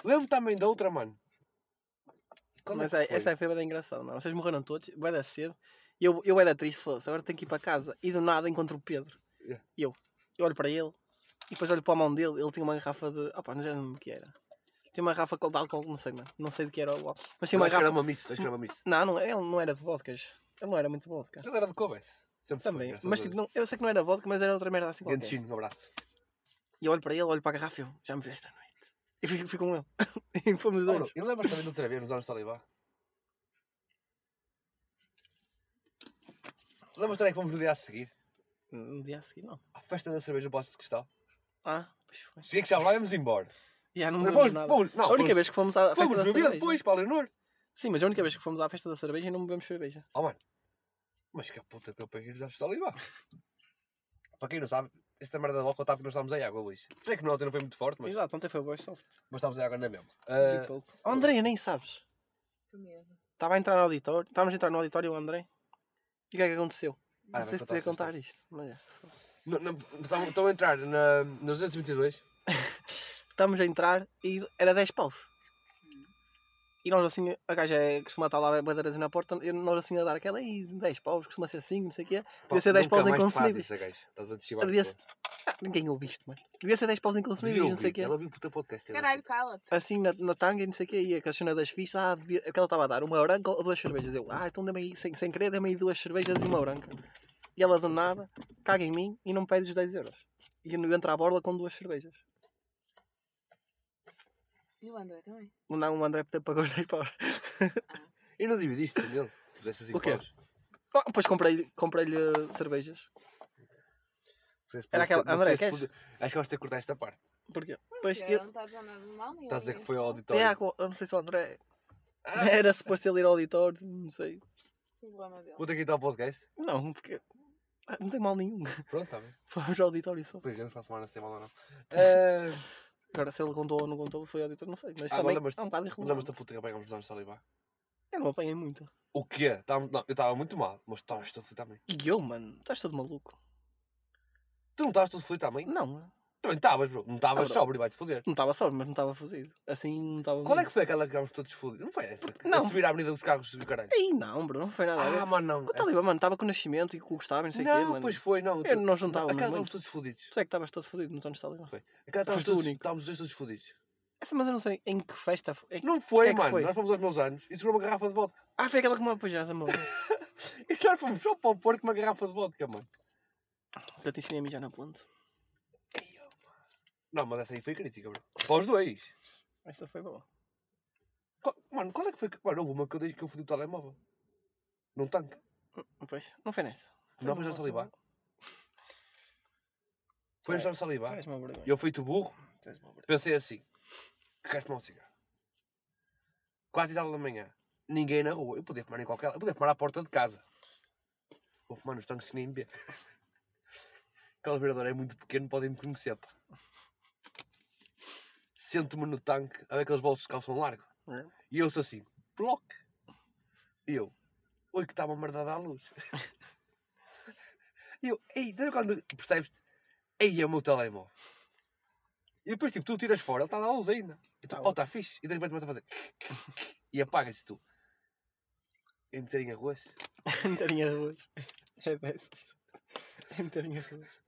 Speaker 3: Lembro também da outra, mano. Quando
Speaker 2: Mas
Speaker 3: é
Speaker 2: é,
Speaker 3: que foi?
Speaker 2: essa é a febre da engraçada, mano. Vocês morreram todos, vai dar cedo. E eu, eu era triste, foda-se. Agora tenho que ir para casa. E do nada encontro o Pedro.
Speaker 3: Yeah.
Speaker 2: E eu, eu olho para ele. E depois olho para a mão dele. Ele tinha uma garrafa de. Ah, pá, não sei o que era. Tinha uma garrafa de álcool, não sei, mano. Não sei do que era o álcool. Mas tinha
Speaker 3: Eu
Speaker 2: uma
Speaker 3: acho que era
Speaker 2: garrafa.
Speaker 3: uma missa, acho que era uma missa.
Speaker 2: Não, não, ele não era de vodkas. Ele não era muito vodka.
Speaker 3: Ele era de Cobes. Sempre foi,
Speaker 2: Também.
Speaker 3: graças
Speaker 2: Mas
Speaker 3: a
Speaker 2: tipo,
Speaker 3: Deus.
Speaker 2: não, eu sei que não era vodka, mas era outra merda assim
Speaker 3: Grande
Speaker 2: qualquer.
Speaker 3: Chino, um abraço.
Speaker 2: E eu olho para ele, olho para a garrafa e eu, já me vi esta noite. E fui, fui com ele. e fomos os
Speaker 3: Oh, bro,
Speaker 2: dois.
Speaker 3: e lembras também do Traver nos anos de Talibá? Lembras também que fomos no dia a seguir?
Speaker 2: No dia a seguir, não.
Speaker 3: À festa da cerveja Poços de Cristal?
Speaker 2: Ah, pois foi.
Speaker 3: Cheguei que já lá íamos embora.
Speaker 2: Já não me
Speaker 3: Mas
Speaker 2: lembro
Speaker 3: fomos,
Speaker 2: de nada.
Speaker 3: fomos, não,
Speaker 2: a única
Speaker 3: fomos,
Speaker 2: vez que fomos à festa
Speaker 3: fomos
Speaker 2: da
Speaker 3: no dia
Speaker 2: cerveja.
Speaker 3: depois para a Leonor.
Speaker 2: Sim, mas a única vez que fomos à festa da cerveja não bebemos cerveja.
Speaker 3: Oh, mano. Mas que puta que eu peguei nos anos de Talibá. para quem não sabe, esta merda da boca está porque nós estávamos em água hoje. Sei que não, ontem não foi muito forte, mas,
Speaker 2: Exato, ontem foi o Boy Soft.
Speaker 3: mas estávamos em água na mesma.
Speaker 2: e
Speaker 3: Ah,
Speaker 2: pouco. Oh, André, nem sabes.
Speaker 4: Que medo.
Speaker 2: Estava a entrar no auditório. Estávamos a entrar no auditório, o André. E o que é que aconteceu?
Speaker 3: Ah,
Speaker 2: não sei se
Speaker 3: vai contar
Speaker 2: podia
Speaker 3: essa
Speaker 2: contar
Speaker 3: história.
Speaker 2: isto. Mas é. só-
Speaker 3: não- não- estão estão a entrar na, nos 222.
Speaker 2: Estamos a entrar e era 10 paus. E nós assim, a gaja é- costuma estar lá badeiras na porta, e nós assim a dar aquela, e 10 paus, costuma ser assim, não sei o quê. Devia ser 10
Speaker 3: Nunca
Speaker 2: paus
Speaker 3: mais te fazes
Speaker 2: inconsumíveis.
Speaker 3: isso, gajo. Estás a deschivar.
Speaker 2: Devia ser... Ah, ninguém ouve isto, mano. Devia ser 10 paus inconsumíveis, não sei o quê.
Speaker 3: Ela viu o teu podcast. filha da
Speaker 4: Caralho,
Speaker 3: puta.
Speaker 4: cala-te.
Speaker 2: assim na, na tanga e não sei o que, e a cena das fichas, ah, devia, aquela estava a dar uma branca ou duas cervejas. Eu, ah, então dê-me aí, sem, sem querer, dê-me aí duas cervejas e uma branca. E ela do nada, caga em mim e não me pede os 10 euros. E eu entro à borla com duas cervejas.
Speaker 4: E o André também.
Speaker 2: Não, o André pagou os 10 paus.
Speaker 3: E não dividiste com ele? Se fizeste assim
Speaker 2: O quê?
Speaker 3: paus.
Speaker 2: Ah, Depois comprei-lhe comprei cervejas.
Speaker 3: Não sei se
Speaker 2: Era
Speaker 3: podes ter-
Speaker 2: aquela-
Speaker 3: não
Speaker 2: André,
Speaker 3: sei se
Speaker 2: queres?
Speaker 3: podes- Acho que vais ter que cortar esta parte.
Speaker 2: Porquê? Pois
Speaker 4: Porque
Speaker 2: eu.
Speaker 4: Não está a dizer nada de mal, nem
Speaker 3: Estás a dizer que foi ao
Speaker 2: É,
Speaker 3: auditório.
Speaker 2: água, eu não sei se o André. Era suposto ele ir ao auditório, não sei.
Speaker 4: problema dele.
Speaker 3: Vou ter que editar o podcast.
Speaker 2: Não, porque. ah, Não tem mal nenhum.
Speaker 3: Pronto, está bem.
Speaker 2: Fomos ao auditório só.
Speaker 3: Depois vemos para a semana se tem mal ou não. Ah,
Speaker 2: Agora, se ele contou ou não contou, foi ao auditório, não sei. Mas
Speaker 3: Ah,
Speaker 2: também.
Speaker 3: lembras-te-
Speaker 2: É um bocado
Speaker 3: Lembras da
Speaker 2: irrelevante.
Speaker 3: puta que apanhámos os anos de Salibá?
Speaker 2: Eu não apanhei muito.
Speaker 3: O quê? Estava- não, eu estava muito mal, mas tu estavas todo feliz também.
Speaker 2: E eu, mano, estás todo maluco?
Speaker 3: Tu não estavas todo feliz também?
Speaker 2: Não, Ah,
Speaker 3: Também estavas, bro. Não estavas
Speaker 2: bro.
Speaker 3: sóbrio, vai-te foder.
Speaker 2: não estava só, mas não estava fuzido. Assim, não estava.
Speaker 3: Qual é que foi aquela que ficámos todos fodidos? Não foi essa?
Speaker 2: não.
Speaker 3: A subir à avenida dos carros do caralho.
Speaker 2: Aí não, bro, não foi nada. a
Speaker 3: Ah,
Speaker 2: ver.
Speaker 3: mano, não.
Speaker 2: Com o Talibã, mano, estava com o Nascimento e com o Gustavo, e não sei o quê,
Speaker 3: Não,
Speaker 2: mano.
Speaker 3: pois foi, não.
Speaker 2: Eu- nós não
Speaker 3: Aquela
Speaker 2: estávamos
Speaker 3: estávamos
Speaker 2: muito.
Speaker 3: todos fodidos.
Speaker 2: Tu é que estavas todo fodido, não estamos Talibã.
Speaker 3: Aquela estávamos
Speaker 2: Foste o
Speaker 3: todos-
Speaker 2: único.
Speaker 3: estávamos os dois todos fodidos.
Speaker 2: Essa, mas eu não sei em que festa foi. em-
Speaker 3: Não foi,
Speaker 2: Que é que
Speaker 3: mano.
Speaker 2: foi?
Speaker 3: Nós fomos aos meus anos e segurou uma garrafa de vodka.
Speaker 2: Ah, foi aquela que me apoiou, essa, meu.
Speaker 3: E nós fomos só para o Porto com uma garrafa de vodka, mano.
Speaker 2: Que eu te ensinei a mijar na ponte.
Speaker 3: Ei, ó, mano. Não, mas essa aí foi crítica, bro. Para os dois.
Speaker 2: Essa foi boa.
Speaker 3: Qual- mano, qual é que foi? que- Mano, houve uma que eu dei que eu fodi o telemóvel. Num tanque.
Speaker 2: Hum, Pois, não foi nessa.
Speaker 3: Não, mas já salivar. Foi
Speaker 2: Tu
Speaker 3: já salivar.
Speaker 2: és uma vergonha.
Speaker 3: E eu feito burro,
Speaker 2: Tu és uma vergonha.
Speaker 3: pensei assim. Queres tomar um cigarro? Quatro e tal da manhã. Ninguém na rua. Eu podia fumar em qualquer lado. Eu podia fumar à porta de casa. Vou fumar nos tanques que nem bebê. Aquela vereadora é muito pequeno, podem me conhecer, pá. Sento-me no tanque, a ver aqueles bolsos de calção largo.
Speaker 2: Hum.
Speaker 3: E eu sou assim, bloco. E eu, oi que está uma merda a dar à luz. e eu, ei, sabe quando percebes? Ei, é o meu telemóvel. E depois, tipo, tu o tiras fora, ele está a dar à luz ainda. E tu,
Speaker 2: Tá
Speaker 3: oh, está fixe. E de repente começa a fazer. E apaga-se tu. E meter em arroz.
Speaker 2: Inteirinha de arroz. É dessas. Inteirinha de arroz.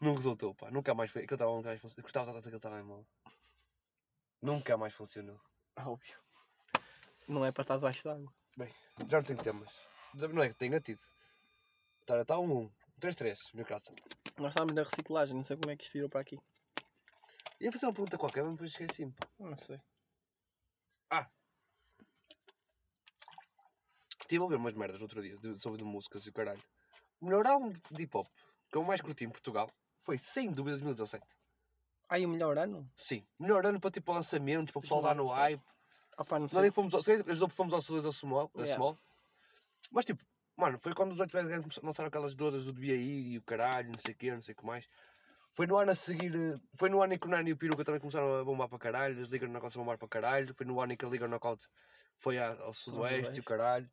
Speaker 3: Não resultou, pá. Nunca mais foi. Aquele telemóvel nunca mais funcionou. Gostava tanto daquele telemóvel. Nunca mais funcionou.
Speaker 2: Óbvio. Não é para estar debaixo d'água.
Speaker 3: Já não tenho temas. Não é que tenha tido. Está tá um 1. 3-3, meu caso.
Speaker 2: Nós estávamos na reciclagem, não sei como é que isto virou para aqui.
Speaker 3: Ia fazer uma pergunta qualquer, mas depois esqueci-me. pá.
Speaker 2: Não sei.
Speaker 3: Estive a ouvir umas merdas no outro dia de- sobre de músicas e o caralho. O melhor álbum de de hip hop que eu mais curti em Portugal foi sem dúvida 2017.
Speaker 2: Aí o melhor ano?
Speaker 3: Sim. Melhor ano para tipo lançamentos, para o pessoal dar no
Speaker 2: 2017.
Speaker 3: hype.
Speaker 2: Ah pá, não
Speaker 3: Não é
Speaker 2: sei.
Speaker 3: que fomos ao, se calhar ajudou porque fomos ao Solis a Small. a
Speaker 2: Yeah.
Speaker 3: Small. Mas tipo, mano, foi quando os 8 Bad Gang começaram- lançaram aquelas dores do Devia Ir e o caralho, não sei o quê, não sei o que mais. Foi no ano a seguir, eh, foi no ano em que o Nani e o Piruca também começaram a bombar para caralho, as Ligas Knockouts a bombar para caralho, foi no ano em que a Liga Knockout foi à- ao Sudoeste e o
Speaker 2: Sudoeste.
Speaker 3: caralho.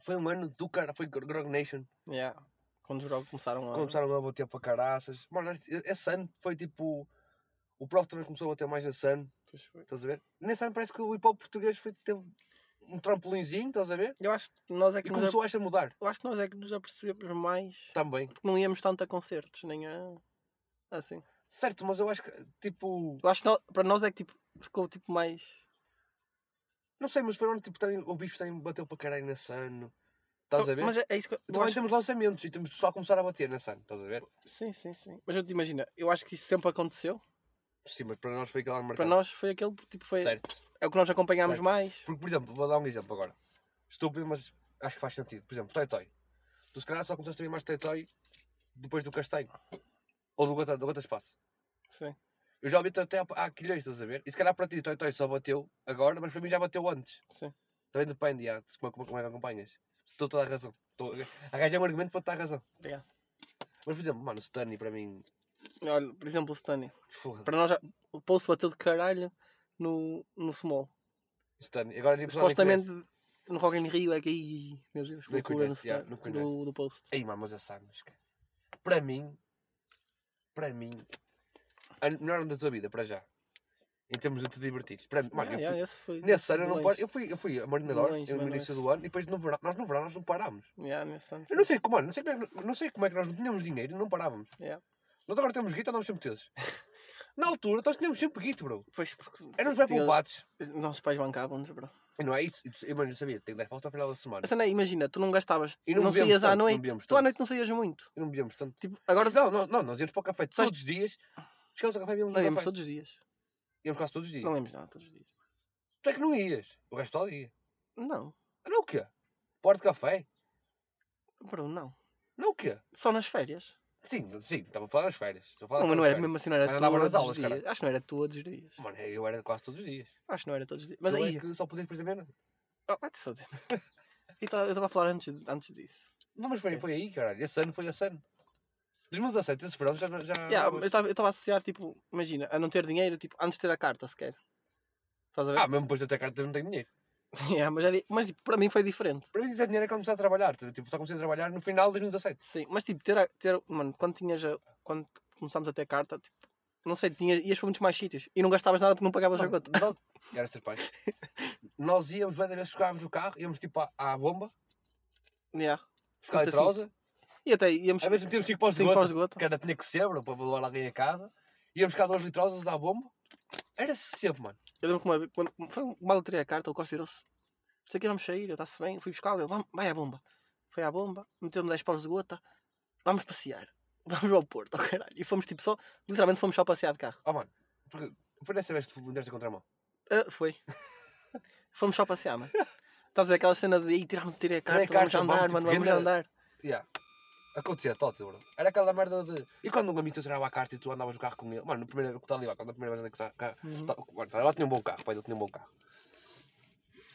Speaker 3: Foi um ano do cara, foi Gro- Grog Nation,
Speaker 2: Yeah. Quando os jogos começaram a.
Speaker 3: começaram a bater para caraças. Mano, este- esse ano foi tipo, o Prof também começou a bater mais nesse ano.
Speaker 2: Pois foi.
Speaker 3: Estás a ver? Nesse ano parece que o hip hop português foi, teve um trampolinzinho, estás a ver?
Speaker 2: Eu acho que nós é
Speaker 3: E
Speaker 2: que nos
Speaker 3: começou Tá. acho, a mudar
Speaker 2: Eu acho que nós é que nos apercebemos mais
Speaker 3: também.
Speaker 2: porque não íamos tanto a concertos, nem a. Assim.
Speaker 3: Certo, mas eu acho que, tipo,
Speaker 2: Eu acho que nó- para nós é que tipo, ficou tipo mais.
Speaker 3: não sei, mas foi onde tipo, também, o bicho também bateu para caralho nesse ano. Estás a ver?
Speaker 2: Mas é, é isso que eu,
Speaker 3: E
Speaker 2: eu
Speaker 3: também
Speaker 2: acho.
Speaker 3: temos lançamentos e temos pessoal a começar a bater nesse ano, estás a ver?
Speaker 2: Sim, sim, sim. Mas eu te imagino, eu acho que isso sempre aconteceu.
Speaker 3: Sim, mas para nós foi aquele ano
Speaker 2: Para
Speaker 3: marcado.
Speaker 2: nós foi aquele tipo, foi.
Speaker 3: Certo.
Speaker 2: É o que nós acompanhámos
Speaker 3: Certo.
Speaker 2: mais.
Speaker 3: Porque, por exemplo, vou dar um exemplo agora. Estúpido, mas acho que faz sentido. Por exemplo, Toy Toy. Tu se calhar só começaste a ver mais Toy Toy depois do Castanho. Ou do Gota, do Gota Espaço.
Speaker 2: Sim.
Speaker 3: Eu já ouvi até há, há quilhões, estás a ver? E se calhar para ti, Toy Toy só bateu agora, mas para mim já bateu antes.
Speaker 2: Sim.
Speaker 3: Também depende, já, de como, como, como é que acompanhas. Estou toda a razão. Estou- Arranjei um argumento para te dar razão.
Speaker 2: Obrigado.
Speaker 3: Mas, por exemplo, mano, Stunny para mim.
Speaker 2: Olha, por exemplo, o Stunny.
Speaker 3: Foda-se.
Speaker 2: Para nós, já- o Pulse bateu de caralho no, no Small.
Speaker 3: Stunny. Agora nem pessoal nem
Speaker 2: Supostamente
Speaker 3: conhece.
Speaker 2: no Rock in Rio é que aí. Meu Deus, que
Speaker 3: Nem
Speaker 2: loucura no
Speaker 3: conhece, já,
Speaker 2: Stunny-
Speaker 3: não
Speaker 2: do,
Speaker 3: conhece.
Speaker 2: do Post.
Speaker 3: Ei, mano, mas essa não esquece. Para mim. Para mim. A melhor ano da tua vida, para já. Em termos de te divertir. Para mim, mano,
Speaker 2: Ah,
Speaker 3: eu
Speaker 2: yeah,
Speaker 3: fui-
Speaker 2: esse foi.
Speaker 3: Nesse ano eu
Speaker 2: de
Speaker 3: não
Speaker 2: longe.
Speaker 3: paro. Eu fui, eu fui a Marinador
Speaker 2: longe,
Speaker 3: no
Speaker 2: mano,
Speaker 3: início
Speaker 2: esse-
Speaker 3: do ano e depois no verão. Nós no verão nós não parámos.
Speaker 2: Yeah, nesse ano.
Speaker 3: Eu não sei como, mano, não sei como é que, não sei como é que nós não tínhamos dinheiro e não parávamos.
Speaker 2: Yeah.
Speaker 3: Nós agora temos guita, andamos sempre tesos. Na altura, nós tínhamos sempre guita, bro.
Speaker 2: Pois, porque
Speaker 3: Éramos bem
Speaker 2: tinha-
Speaker 3: poupados.
Speaker 2: Os nossos pais bancavam-nos, bro.
Speaker 3: E não é isso? E, tu- e, mano, eu sabia, tenho 10 paus até ao final da
Speaker 2: A
Speaker 3: semana.
Speaker 2: cena é, imagina, tu não gastavas,
Speaker 3: E não
Speaker 2: não,
Speaker 3: bebíamos
Speaker 2: saías
Speaker 3: tanto,
Speaker 2: à
Speaker 3: não
Speaker 2: noite.
Speaker 3: bebíamos
Speaker 2: tu à
Speaker 3: tanto.
Speaker 2: noite não saías muito.
Speaker 3: E não bebíamos tanto.
Speaker 2: Tipo, agora
Speaker 3: Não, não, não, nós íamos para o café
Speaker 2: Sais-
Speaker 3: todos os dias. Chegámos ao café e íamos
Speaker 2: não
Speaker 3: ao
Speaker 2: íamos
Speaker 3: café.
Speaker 2: todos os dias.
Speaker 3: Íamos quase todos os dias.
Speaker 2: Não íamos nada todos os dias.
Speaker 3: Tu é que não ias. O resto do dia.
Speaker 2: Não,
Speaker 3: Ah, Não o quê? Porto de café?
Speaker 2: bro, não.
Speaker 3: Não o quê?
Speaker 2: Só nas férias.
Speaker 3: Sim, sim, estava a falar das férias. Estava a falar
Speaker 2: Não, mas não
Speaker 3: daquelas
Speaker 2: era mesmo assim, não era
Speaker 3: Mas andava nas
Speaker 2: todos
Speaker 3: aulas,
Speaker 2: os
Speaker 3: cara.
Speaker 2: dias. Acho que não era todos os dias.
Speaker 3: férias. Mano, eu era quase todos os dias.
Speaker 2: Acho que não era todos os dias. Mas
Speaker 3: Tu
Speaker 2: aí,
Speaker 3: É que só podia depois da meia-noite.
Speaker 2: oh, vai-te fazer. E tá- Eu estava a falar antes, antes disso.
Speaker 3: Não, mas foi,
Speaker 2: Ok.
Speaker 3: foi aí, caralho. Esse ano foi esse ano. 2017, esse verão já. já
Speaker 2: Yeah,
Speaker 3: andavas.
Speaker 2: eu estava eu estava a associar, tipo, imagina, a não ter dinheiro, tipo, antes de ter a carta sequer. Estás a ver?
Speaker 3: Ah, mesmo depois de eu ter carta, eu não tenho dinheiro.
Speaker 2: Yeah, mas, é di- mas tipo, para mim foi diferente.
Speaker 3: Para mim, ter dinheiro é quando comecei a trabalhar. tá? Tipo, só comecei a trabalhar no final de 2017.
Speaker 2: Sim, mas tipo, ter, a- ter mano, quando tinhas a- quando começámos a ter carta, tipo, não sei, tinhas, ias para muitos mais sítios e não gastavas nada porque não pagavas a
Speaker 3: Mano,
Speaker 2: gota.
Speaker 3: nós- E eras teus pais. Nós íamos, bué da vez buscávamos o carro, íamos tipo à, à bomba,
Speaker 2: Yeah.
Speaker 3: buscar a
Speaker 2: Antes assim.
Speaker 3: trosa.
Speaker 2: E até íamos
Speaker 3: Às vezes metíamos 5 paus de
Speaker 2: 5 paus
Speaker 3: gota.
Speaker 2: de gota.
Speaker 3: Que era tinha que ser, bro, para levar alguém a casa. Íamos buscar duas litrosas da bomba. Era sempre, mano.
Speaker 2: Eu lembro que uma vez, quando foi um uma loteria a carta, o Costa virou-se. Não sei que vamos sair, eu está-se bem, fui buscar ele, vamos, vai à bomba. Foi à bomba, meteu-me 10 paus de gota, vamos passear. Vamos ao Porto, ao caralho. E fomos tipo só, literalmente fomos só passear de carro.
Speaker 3: Oh, mano. Porque foi nessa vez que tu me deste a contramão.
Speaker 2: Ah, foi. fomos só passear, mano. Estás a ver aquela cena de aí tirarmos tirei a carta,
Speaker 3: Tirei a
Speaker 2: vamos
Speaker 3: carta,
Speaker 2: andar,
Speaker 3: vamos,
Speaker 2: mano,
Speaker 3: tipo,
Speaker 2: vamos
Speaker 3: ganda-
Speaker 2: andar.
Speaker 3: Yeah. Acontecia, total, bro. Era aquela merda de. E quando um amigo teu tirava a carta e tu andavas no carro com ele. Mano, no primeiro. Tá ali, lá, quando a primeira vez que tá- cá-
Speaker 2: Uhum.
Speaker 3: tá- Mano, tá lá tinha um bom carro, pai, ele tinha um bom carro.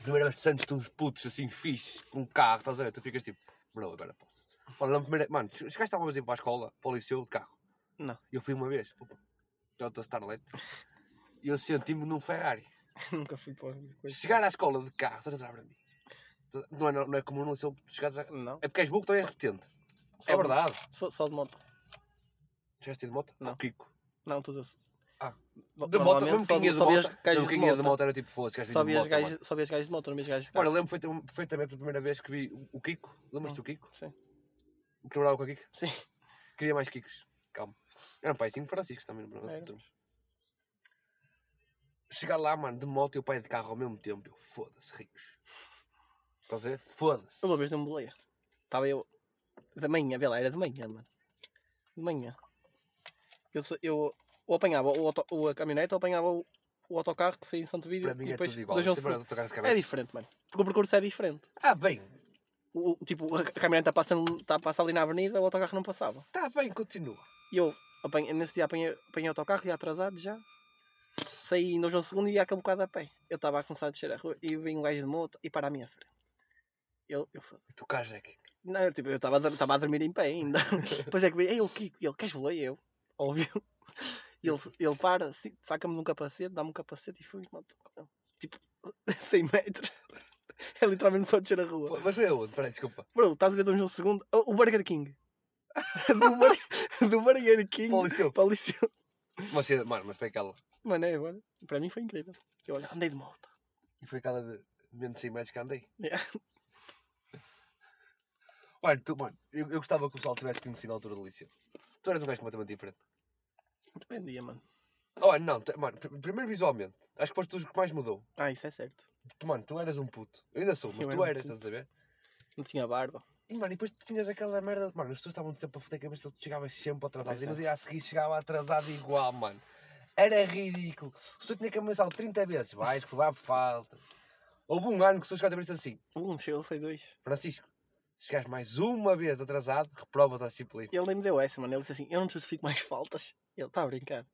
Speaker 3: Primeira vez que tu sentes uns putos assim, fixe, com um carro, estás a ver? Tu ficas tipo, bro, agora posso. Mano, na primeira. Mano, che- chegaste alguma vez a ir para a escola, para o liceu de carro?
Speaker 2: Não.
Speaker 3: Eu fui uma vez, opa, Toyota Starlet, e eu senti-me num Ferrari.
Speaker 2: Nunca fui para coisa.
Speaker 3: Chegar à escola de carro, estás a olhar para mim. Não é, não é comum no liceu, tu chegares a...
Speaker 2: Não.
Speaker 3: É porque és burro, também és repetente.
Speaker 2: Só
Speaker 3: É
Speaker 2: de-
Speaker 3: verdade.
Speaker 2: Só, só de moto.
Speaker 3: Chegaste a ir de moto?
Speaker 2: Não.
Speaker 3: Com o Kiko.
Speaker 2: Não, tu dizes.
Speaker 3: Ah.
Speaker 2: No-
Speaker 3: De moto,
Speaker 2: normalmente
Speaker 3: mesmo
Speaker 2: só-
Speaker 3: quem ia de
Speaker 2: só vias
Speaker 3: moto.
Speaker 2: gajos
Speaker 3: Mesmo quem ia de
Speaker 2: de
Speaker 3: moto era tipo, foda-se, gajo de
Speaker 2: Só vias
Speaker 3: moto. mano.
Speaker 2: gajos só vias gajos de moto, não vias gajos de
Speaker 3: Mano,
Speaker 2: carro.
Speaker 3: eu lembro perfeita- perfeitamente a primeira vez que vi o- o Kiko. Lembras-te do Kiko?
Speaker 2: Hum. Sim.
Speaker 3: O que namorava com a Kiko?
Speaker 2: Sim.
Speaker 3: Queria mais Kikos. Calma. Era um pai cinco Francisco também. Não
Speaker 2: Era.
Speaker 3: é? Chegar lá, mano, de moto e o pai de carro ao mesmo tempo. Eu, foda-se, ricos. Estás a ver? Foda-se.
Speaker 2: Uma vez não me boleia. Estava eu. De manhã, vê lá, era de manhã, mano. De manhã. Eu, se- eu ou apanhava o auto, ou a caminhonete ou apanhava o, o autocarro que saía em Santo Vídeo
Speaker 3: Para mim
Speaker 2: e
Speaker 3: é
Speaker 2: depois
Speaker 3: tudo igual.
Speaker 2: dois vão se-
Speaker 3: Sempre andas a tocar as
Speaker 2: É
Speaker 3: cabeças.
Speaker 2: diferente, mano. Porque o percurso é diferente.
Speaker 3: Ah, bem.
Speaker 2: O, o- tipo, a caminhonete passa, num- tá- passa ali na avenida, o autocarro não passava.
Speaker 3: Está bem, continua.
Speaker 2: E eu, apanhei, nesse dia, apanhei, apanhei autocarro, ia atrasado já. Saí no João Segundo e ia aquele bocado a pé. Eu estava a começar a descer a rua e vem um gajo de moto e para à minha frente. Eu, eu falei.
Speaker 3: E tu cá, Jack.
Speaker 2: Não, eu, tipo, eu estava a, dor- estava a dormir em pé ainda. Depois é que vi, ei, o Kiko, e ele, queres voar? E eu, óbvio. E ele, ele para, si- saca-me de um capacete, dá-me um capacete e fui mato com ele. Tipo, 100 metros. É literalmente só descer a rua.
Speaker 3: Pô, Mas foi aonde? Peraí, desculpa.
Speaker 2: Bro, estás a ver de um João Segundo? O o Burger King. do, Bur- do Burger King.
Speaker 3: Pô, Liceu.
Speaker 2: Para o Liceu.
Speaker 3: Mas, sim, mano, mas foi aquela.
Speaker 2: Mano, é, mano. Para mim foi incrível. Eu olha, andei de moto.
Speaker 3: E foi aquela de menos de 100 metros que andei.
Speaker 2: Yeah.
Speaker 3: Olha, tu, mano, eu, eu gostava que o pessoal tivesse conhecido a altura do Liceu. Tu eras um gajo completamente diferente.
Speaker 2: Dependia, mano.
Speaker 3: Olha, não, tu- mano, pr- primeiro visualmente, acho que foste tu o que mais mudou.
Speaker 2: Ah, isso é certo.
Speaker 3: Tu, mano, tu eras um puto. Eu ainda sou, mas
Speaker 2: Eu era
Speaker 3: tu
Speaker 2: um
Speaker 3: eras,
Speaker 2: puto.
Speaker 3: estás a ver?
Speaker 2: Não tinha barba.
Speaker 3: E, mano, e depois tu tinhas aquela merda. de- Mano, as pessoas estavam sempre a foder a cabeça, tu chegavas sempre atrasado.
Speaker 2: Pois
Speaker 3: E no
Speaker 2: é.
Speaker 3: dia a seguir chegava atrasado igual, mano. Era ridículo. Se tu tinha que ameaçar 30 vezes, vais, que vai por falta. Houve um ano que se tu chegaste a cabeça assim,
Speaker 2: Um chegou, foi dois.
Speaker 3: Francisco, se chegares mais uma vez atrasado, reprovas a disciplina.
Speaker 2: Ele nem me deu essa, mano. Ele disse assim: Eu não te justifico mais faltas. Ele está a brincar.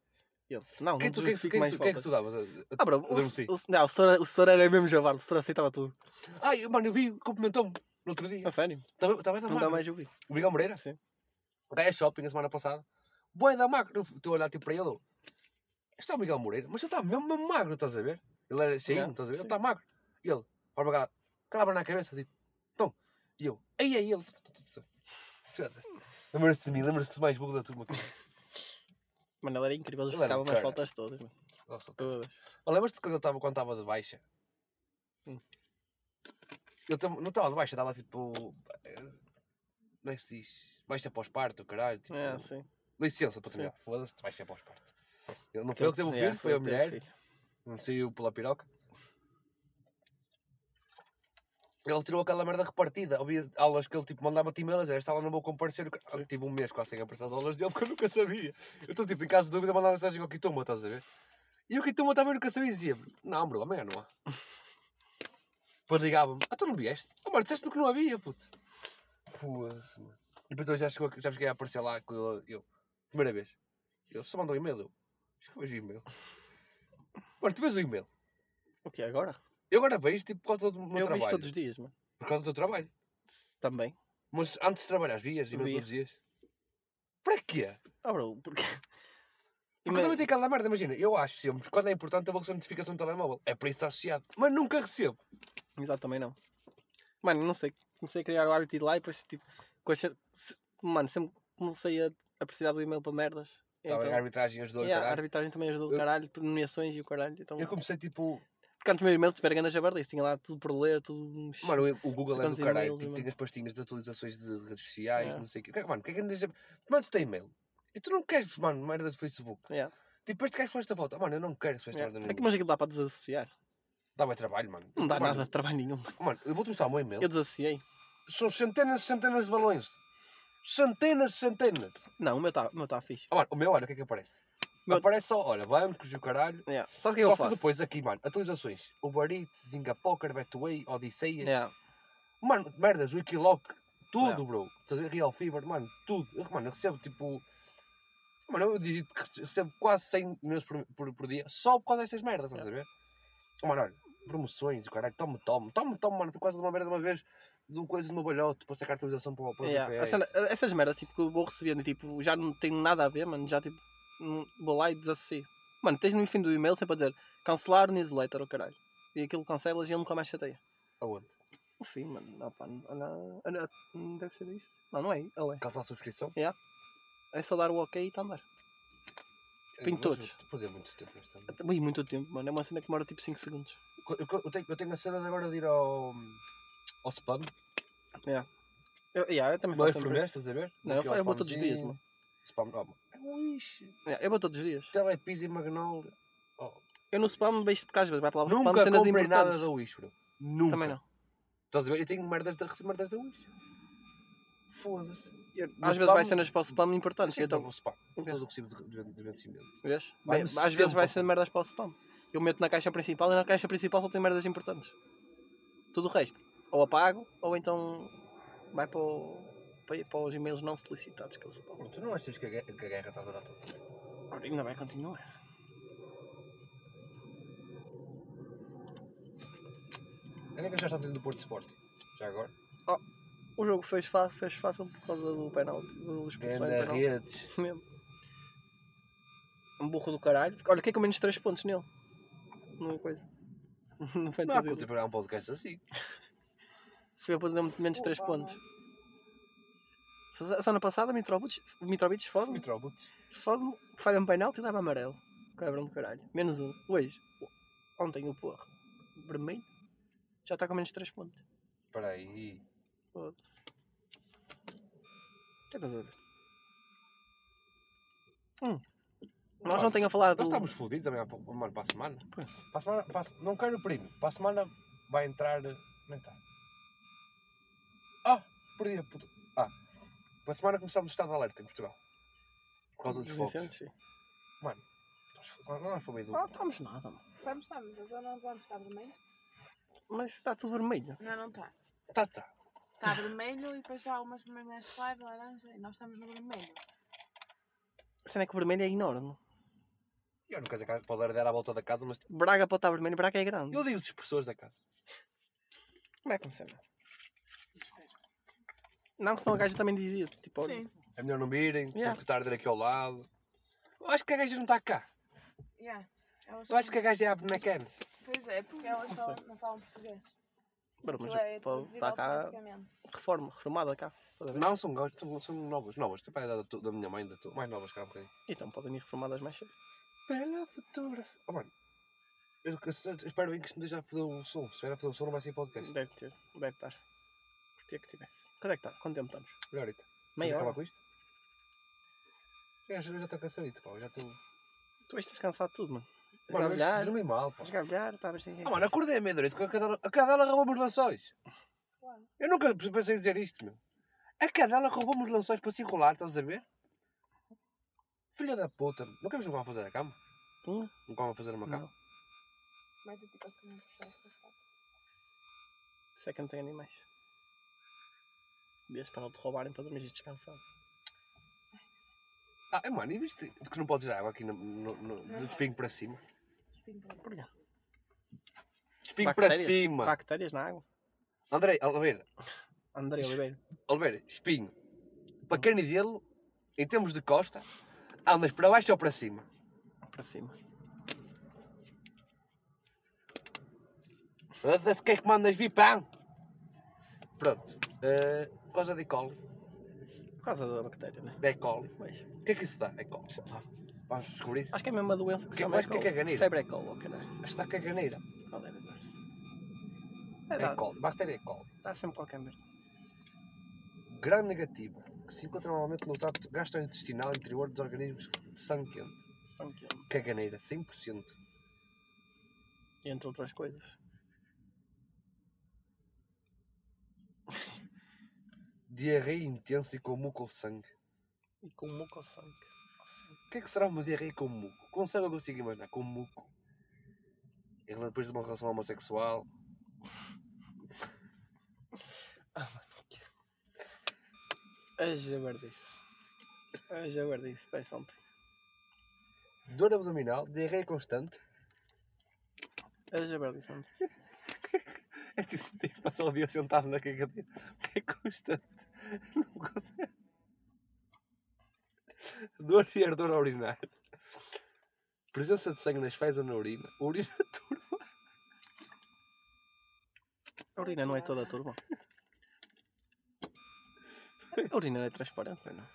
Speaker 2: Eu disse: Não,
Speaker 3: O que é
Speaker 2: não
Speaker 3: que
Speaker 2: te
Speaker 3: tu- o que é que tu-
Speaker 2: justifico
Speaker 3: o que é
Speaker 2: mais
Speaker 3: que tu- o que é que
Speaker 2: faltas.
Speaker 3: tu davas? a- a-
Speaker 2: Ah, bro, o,
Speaker 3: adormeci.
Speaker 2: o, não, o Sora, o Sora era mesmo javado. O Sora aceitava tudo.
Speaker 3: Ai, mano, eu vi, cumprimentou-me no outro dia. Tá
Speaker 2: A sério?
Speaker 3: Também também está
Speaker 2: Nunca
Speaker 3: magro.
Speaker 2: mais assim. ouvi.
Speaker 3: O Miguel Moreira?
Speaker 2: Sim.
Speaker 3: O gajo é shopping a semana passada. Boa da magro. Eu Estou a olhar tipo para ele. eu, Este é o Miguel Moreira, mas ele está mesmo, mesmo magro, estás a ver? Ele era cheio,
Speaker 2: Já,
Speaker 3: estás a ver? Ele
Speaker 2: sim.
Speaker 3: está magro. E ele, para cá, calava na cabeça, tipo, então. E eu, aí é ele. Lembras-te de mim, lembras-te de mais burro da turma. que eu.
Speaker 2: Mano, ele era incrível. Ele
Speaker 3: Ele era do
Speaker 2: justificava mais
Speaker 3: caralho.
Speaker 2: faltas todas, mano.
Speaker 3: Nossa, tá.
Speaker 2: Todas.
Speaker 3: Ou Lembras-te quando eu estava quando estava de baixa?
Speaker 2: Hum.
Speaker 3: Eu tam- não estava de baixa, estava tipo. eh, Como é que se diz? Baixa pós-parto, caralho. Tipo,
Speaker 2: É, sim.
Speaker 3: Licença para
Speaker 2: Sim.
Speaker 3: terminar. Foda-se, tu vais ser pós-parto. Ele não foi ele que teve o
Speaker 2: Yeah,
Speaker 3: filho, foi a
Speaker 2: ele que teve
Speaker 3: mulher.
Speaker 2: É, o filho.
Speaker 3: Não saiu pela piroca. Ele tirou aquela merda repartida. Havia aulas que ele tipo, mandava-te e-mails. Esta aula não vou comparecer. Eu ca- Tive um mês quase sem aparecer as aulas dele porque eu nunca sabia. Eu estou tipo em caso de dúvida, mandava mensagem ao Kituma, estás a ver? E o Kituma também nunca sabia e dizia-me: Não, bro, amanhã não há. Depois ligava-me: Ah, tu não vieste? Ah, mano, disseste-me que não havia, puto. Foda-se, mano. E depois então, já, chegou, já cheguei a aparecer lá com ele. Eu, primeira vez. Ele só mandou um e-mail. Eu, acho que vejo o e-mail. Mano, tu vês o e-mail.
Speaker 2: O que agora?
Speaker 3: Eu agora vejo tipo por causa do meu
Speaker 2: Eu vi
Speaker 3: trabalho.
Speaker 2: isto todos os dias, mano.
Speaker 3: Por causa do teu trabalho.
Speaker 2: Também.
Speaker 3: Mas antes de trabalhar as vias, e não
Speaker 2: Via.
Speaker 3: todos os dias. Para quê?
Speaker 2: Ah, bro, porque.
Speaker 3: Porque também tem aquela merda, imagina, eu acho sempre, quando é importante, eu vou receber notificação do telemóvel. É para isso que está associado. Mas nunca recebo. Tá
Speaker 2: Exato, também não. Mano, não sei. Comecei a criar o hábito de ir lá e depois, tipo, com as- se- mano, sempre comecei a, a precisar do e-mail para merdas. Então,
Speaker 3: Estava a arbitragem ajudou
Speaker 2: yeah, a
Speaker 3: caralho.
Speaker 2: arbitragem também ajudou
Speaker 3: Eu-
Speaker 2: do caralho, nomeações e o caralho. Então,
Speaker 3: Eu comecei tipo.
Speaker 2: porque antes o meu e-mail tipo, era grande jabardice, tinha lá tudo por ler, tudo.
Speaker 3: Mano, eu- o Google é do
Speaker 2: Segundos
Speaker 3: caralho.
Speaker 2: e-mails e
Speaker 3: Tipo, tem
Speaker 2: merda.
Speaker 3: as pastinhas de atualizações de redes sociais,
Speaker 2: Yeah.
Speaker 3: não sei o quê. O que é que- Mano, o que é que andas a. Mano, tu tens e-mail. E tu não queres, mano, merda de Facebook.
Speaker 2: Yeah.
Speaker 3: Tipo, este gajo foi esta volta. Mano, eu não quero que se
Speaker 2: yeah.
Speaker 3: merda
Speaker 2: É que,
Speaker 3: nenhuma.
Speaker 2: mas aquilo dá para desassociar.
Speaker 3: Dá-me trabalho, mano.
Speaker 2: Não dá
Speaker 3: Mano,
Speaker 2: nada de trabalho nenhum.
Speaker 3: Mano, eu vou-te mostrar o meu e-mail.
Speaker 2: Eu desassociei.
Speaker 3: São centenas e centenas de balões. Centenas e centenas.
Speaker 2: Não, o meu está tá fixe.
Speaker 3: Ah, mano, o meu, olha o que é que aparece.
Speaker 2: Meu-
Speaker 3: Aparece só, olha, bancos e o caralho.
Speaker 2: Yeah. Sabes o que é que eu
Speaker 3: Só que
Speaker 2: faço?
Speaker 3: depois aqui, mano, atualizações. Uber Eats, Zinga Poker, Betway, Odisseias.
Speaker 2: Yeah.
Speaker 3: Mano, merdas, Wikiloc, tudo,
Speaker 2: Yeah.
Speaker 3: bro. Estás a ver? Real Fever, mano, tudo. Eu, mano, eu recebo tipo. Mano, eu diria que rece- recebo quase 100 meus por, por, por dia só por causa destas merdas, estás a ver? Mano, olha, promoções, o caralho, tome, tome, tome, tome, mano. Foi quase de uma merda uma vez de um coisa de uma balhote para sacar a atualização para, o- para o
Speaker 2: Yeah, a
Speaker 3: GPS.
Speaker 2: cena- essas merdas tipo, que eu vou recebendo e tipo, já não tenho nada a ver, mano. Já tipo, não- vou lá e desassocio. Mano, tens no fim do e-mail sempre a dizer cancelar o newsletter, o caralho. E aquilo cancelas e ele nunca mais chateia.
Speaker 3: Aonde?
Speaker 2: No fim, mano, não, pá, não, não- não- não deve ser isso. Não, não é, ou é.
Speaker 3: Cancelar a subscrição?
Speaker 2: É só dar o ok e está a andar. Tipo, em
Speaker 3: Mas
Speaker 2: todos.
Speaker 3: Eu perdi muito tempo nesta merda.
Speaker 2: Até- Ui, muito tempo, mano. É uma cena que demora tipo 5 segundos.
Speaker 3: Co- Eu, co- eu tenho, eu tenho a cena de agora de ir ao, ao spam.
Speaker 2: Eu, yeah, eu também
Speaker 3: Não é
Speaker 2: faço
Speaker 3: por
Speaker 2: sempre
Speaker 3: mês,
Speaker 2: isso.
Speaker 3: estás a ver?
Speaker 2: Não,
Speaker 3: Aqui
Speaker 2: eu,
Speaker 3: ao
Speaker 2: eu vou todos os dias,
Speaker 3: spamzinho,
Speaker 2: mano.
Speaker 3: Spam, oh, mano. É um lixo.
Speaker 2: Yeah, eu vou todos os dias.
Speaker 3: Telepizza e Magnolia. Oh,
Speaker 2: Eu no spam vejo porque às vezes vai para lá o spam
Speaker 3: Nunca
Speaker 2: cenas
Speaker 3: comprei nada
Speaker 2: importantes.
Speaker 3: da Wish, bro. Nunca.
Speaker 2: Também não.
Speaker 3: Estás a ver? Eu tenho merdas da, recebi merdas da Wish. Foda-se.
Speaker 2: Eu-
Speaker 3: No
Speaker 2: Às vezes vai
Speaker 3: spam- tá
Speaker 2: cenas para o spam importantes. e
Speaker 3: Sempre
Speaker 2: Então,
Speaker 3: vou spam. Com
Speaker 2: Ok.
Speaker 3: todo o recibo de, de, de vencimento.
Speaker 2: Vês?
Speaker 3: Vai-me
Speaker 2: Bem, às
Speaker 3: sempre
Speaker 2: vezes vai
Speaker 3: ao
Speaker 2: ser
Speaker 3: spam.
Speaker 2: merdas para o spam. Eu meto na caixa principal e na caixa principal só tem merdas importantes. Tudo o resto. Ou apago, ou então vai para o, para ir para os e-mails não solicitados que eles falam.
Speaker 3: Tu não achas que a, guerra- que a guerra está a durar tanto tempo?
Speaker 2: Ora, ainda vai continuar.
Speaker 3: Ainda que eu já estou dentro do Porto Sporting. Já agora.
Speaker 2: O jogo fez fácil, fez fácil por causa do penalti, do expulsão e
Speaker 3: Ganda
Speaker 2: penalti.
Speaker 3: redes.
Speaker 2: Mesmo. Um burro do caralho. Olha, que é com menos 3 pontos nele? Não é coisa. Não
Speaker 3: Não há
Speaker 2: fantasia.
Speaker 3: puta para um podcast assim.
Speaker 2: Fui a poder menos 3
Speaker 4: Opa,
Speaker 2: pontos. Só- Só na passada, Mitrovic, Mitrovic fode-me.
Speaker 3: Mitrobuts.
Speaker 2: Fode-me, falha um penalti e dava amarelo. Cabrão do caralho. Menos um. Hoje, ontem o porro vermelho já está com menos 3 pontos.
Speaker 3: Espera aí.
Speaker 2: Foda-se. O que é que estás a ver? Hum. Nós
Speaker 3: Olha,
Speaker 2: não temos a falar do...
Speaker 3: Nós estamos fodidos também há pouco- mano, para a semana.
Speaker 2: Pois.
Speaker 3: Para a semana para a- não quero o primo. Para a semana vai entrar. Como é que está? Ah! Perdi a puta. Ah! Para a semana começamos o estado de alerta em Portugal. Por causa dos
Speaker 2: Dos
Speaker 3: fogos.
Speaker 2: incêndios, sim.
Speaker 3: Não, não é fome do.
Speaker 2: Não Ah, estamos nada, mano.
Speaker 4: Vamos estar, mas eu não vamos estar vermelho.
Speaker 2: Mas está tudo vermelho.
Speaker 4: Não, não está.
Speaker 3: Tá, tá.
Speaker 4: Está vermelho e depois já há umas vermelhas claras, laranja, e nós estamos no vermelho.
Speaker 2: A cena é que o vermelho é enorme.
Speaker 3: Eu não quero dizer que pode arder à volta da casa, mas
Speaker 2: Braga pode estar vermelho, Braga é grande.
Speaker 3: eu digo os dispersores da casa.
Speaker 2: Como é que funciona?
Speaker 4: Espero.
Speaker 2: Não, senão a gaja também dizia. Tipo, olha,
Speaker 4: Sim.
Speaker 3: É melhor não virem,
Speaker 2: Yeah.
Speaker 3: porque está a arder aqui ao lado. Eu acho que a gaja não está cá.
Speaker 4: Yeah. Elas
Speaker 3: Eu acho que a gaja é a bonecanes.
Speaker 4: Pois é, porque elas falam, não falam português.
Speaker 2: bora,
Speaker 4: Aquilo
Speaker 2: mas
Speaker 4: é
Speaker 2: pô,
Speaker 4: traduzido
Speaker 2: está cá,
Speaker 4: automaticamente.
Speaker 2: reforma, reformada cá. Pode haver.
Speaker 3: Não, são, gajos- são, são novas. Novas. Tipo a idade da, tu- da minha mãe, da tua. Mais novas, cá um bocadinho.
Speaker 2: Então podem ir reformadas mais cedo.
Speaker 3: Pela fotografia. Oh, mano. Eu, eu- eu espero bem que isto não esteja a fazer um som. Se estiver a fazer um som, não vai ser podcast.
Speaker 2: Deve ter, deve estar. Curtia que tivesse. Quanto é que está? Quanto tempo estamos?
Speaker 3: Melhor então. Vamos
Speaker 2: Meia
Speaker 3: acabar
Speaker 2: hora?
Speaker 3: com isto? Eu já eu já estou cansadito, pá. Eu já estou.
Speaker 2: Tu hoje estás cansado de tudo, mano.
Speaker 3: Mano, hoje
Speaker 2: Esgabilhar,
Speaker 3: dormi mal, pá.
Speaker 2: esgabilhar, estavas sem...
Speaker 3: Ah, mano, acordei à meia-noite com a cadela. A cadela roubou-me os lençóis.
Speaker 4: Claro.
Speaker 3: Eu nunca pensei em dizer isto, meu. A cadela roubou-me os lençóis para se enrolar, estás a ver? Filha da puta, meu. Nunca vimos o que ela fazer na cama?
Speaker 2: Hum?
Speaker 3: Nunca vão fazer numa
Speaker 2: Não.
Speaker 3: cama?
Speaker 4: Mas é tipo assim, não puxar as patas.
Speaker 2: Por isso é que eu não tenho animais. Vês para não te roubarem para dormir descansado.
Speaker 3: Ah, é, mano, e viste que não podes ir água aqui no, no, no, do
Speaker 4: Não.
Speaker 3: espinho para cima?
Speaker 4: Espinho para
Speaker 2: Porquê?
Speaker 3: Espinho para
Speaker 2: Bactérias?
Speaker 3: cima!
Speaker 2: Bactérias na água.
Speaker 3: Andrei, Oliveira,
Speaker 2: André Oliveira.
Speaker 3: Oliveira, espinho. Para canidelo, em termos de costa, andas para baixo ou para cima?
Speaker 2: Para cima.
Speaker 3: Andas, que é que mandas vir pão? Pronto, eh, por causa de E. coli,
Speaker 2: Por causa da bactéria, né?
Speaker 3: de E. coli.
Speaker 2: Pois.
Speaker 3: O que é que isso dá? E. coli. Vamos descobrir.
Speaker 2: Acho que é a mesma doença que se
Speaker 3: Que-
Speaker 2: chama
Speaker 3: mas que é que é
Speaker 2: E. coli.
Speaker 3: ganeira?
Speaker 2: Febre é colo, caralho.
Speaker 3: Acho que está caganeira.
Speaker 2: Qual era agora? É,
Speaker 3: E.
Speaker 2: dá,
Speaker 3: coli, bactéria E. coli.
Speaker 2: dá sempre qualquer merda.
Speaker 3: Gram negativo, que se encontra normalmente no trato gastrointestinal interior dos organismos de sangue quente.
Speaker 2: São que eu-
Speaker 3: Caganeira, 100%.
Speaker 2: Entre outras coisas.
Speaker 3: Diarreia intensa e com muco ou sangue.
Speaker 2: E com muco ou sangue.
Speaker 3: O que é que será uma diarreia com muco? Consegue eu consigo imaginar com muco? Em rela- Depois de uma relação homossexual.
Speaker 2: A jabardice. A jabardice. Parece ontem.
Speaker 3: Dor abdominal, diarreia constante.
Speaker 2: A jabardice, mano.
Speaker 3: É tipo, tem que passar o dia sentado na cadeira. Que é constante. Não consegue. Dor e ardor a urinar. Presença de sangue nas fezes ou na urina. Urina turva.
Speaker 2: A urina não é toda turma. A urina não é transparente, pois não?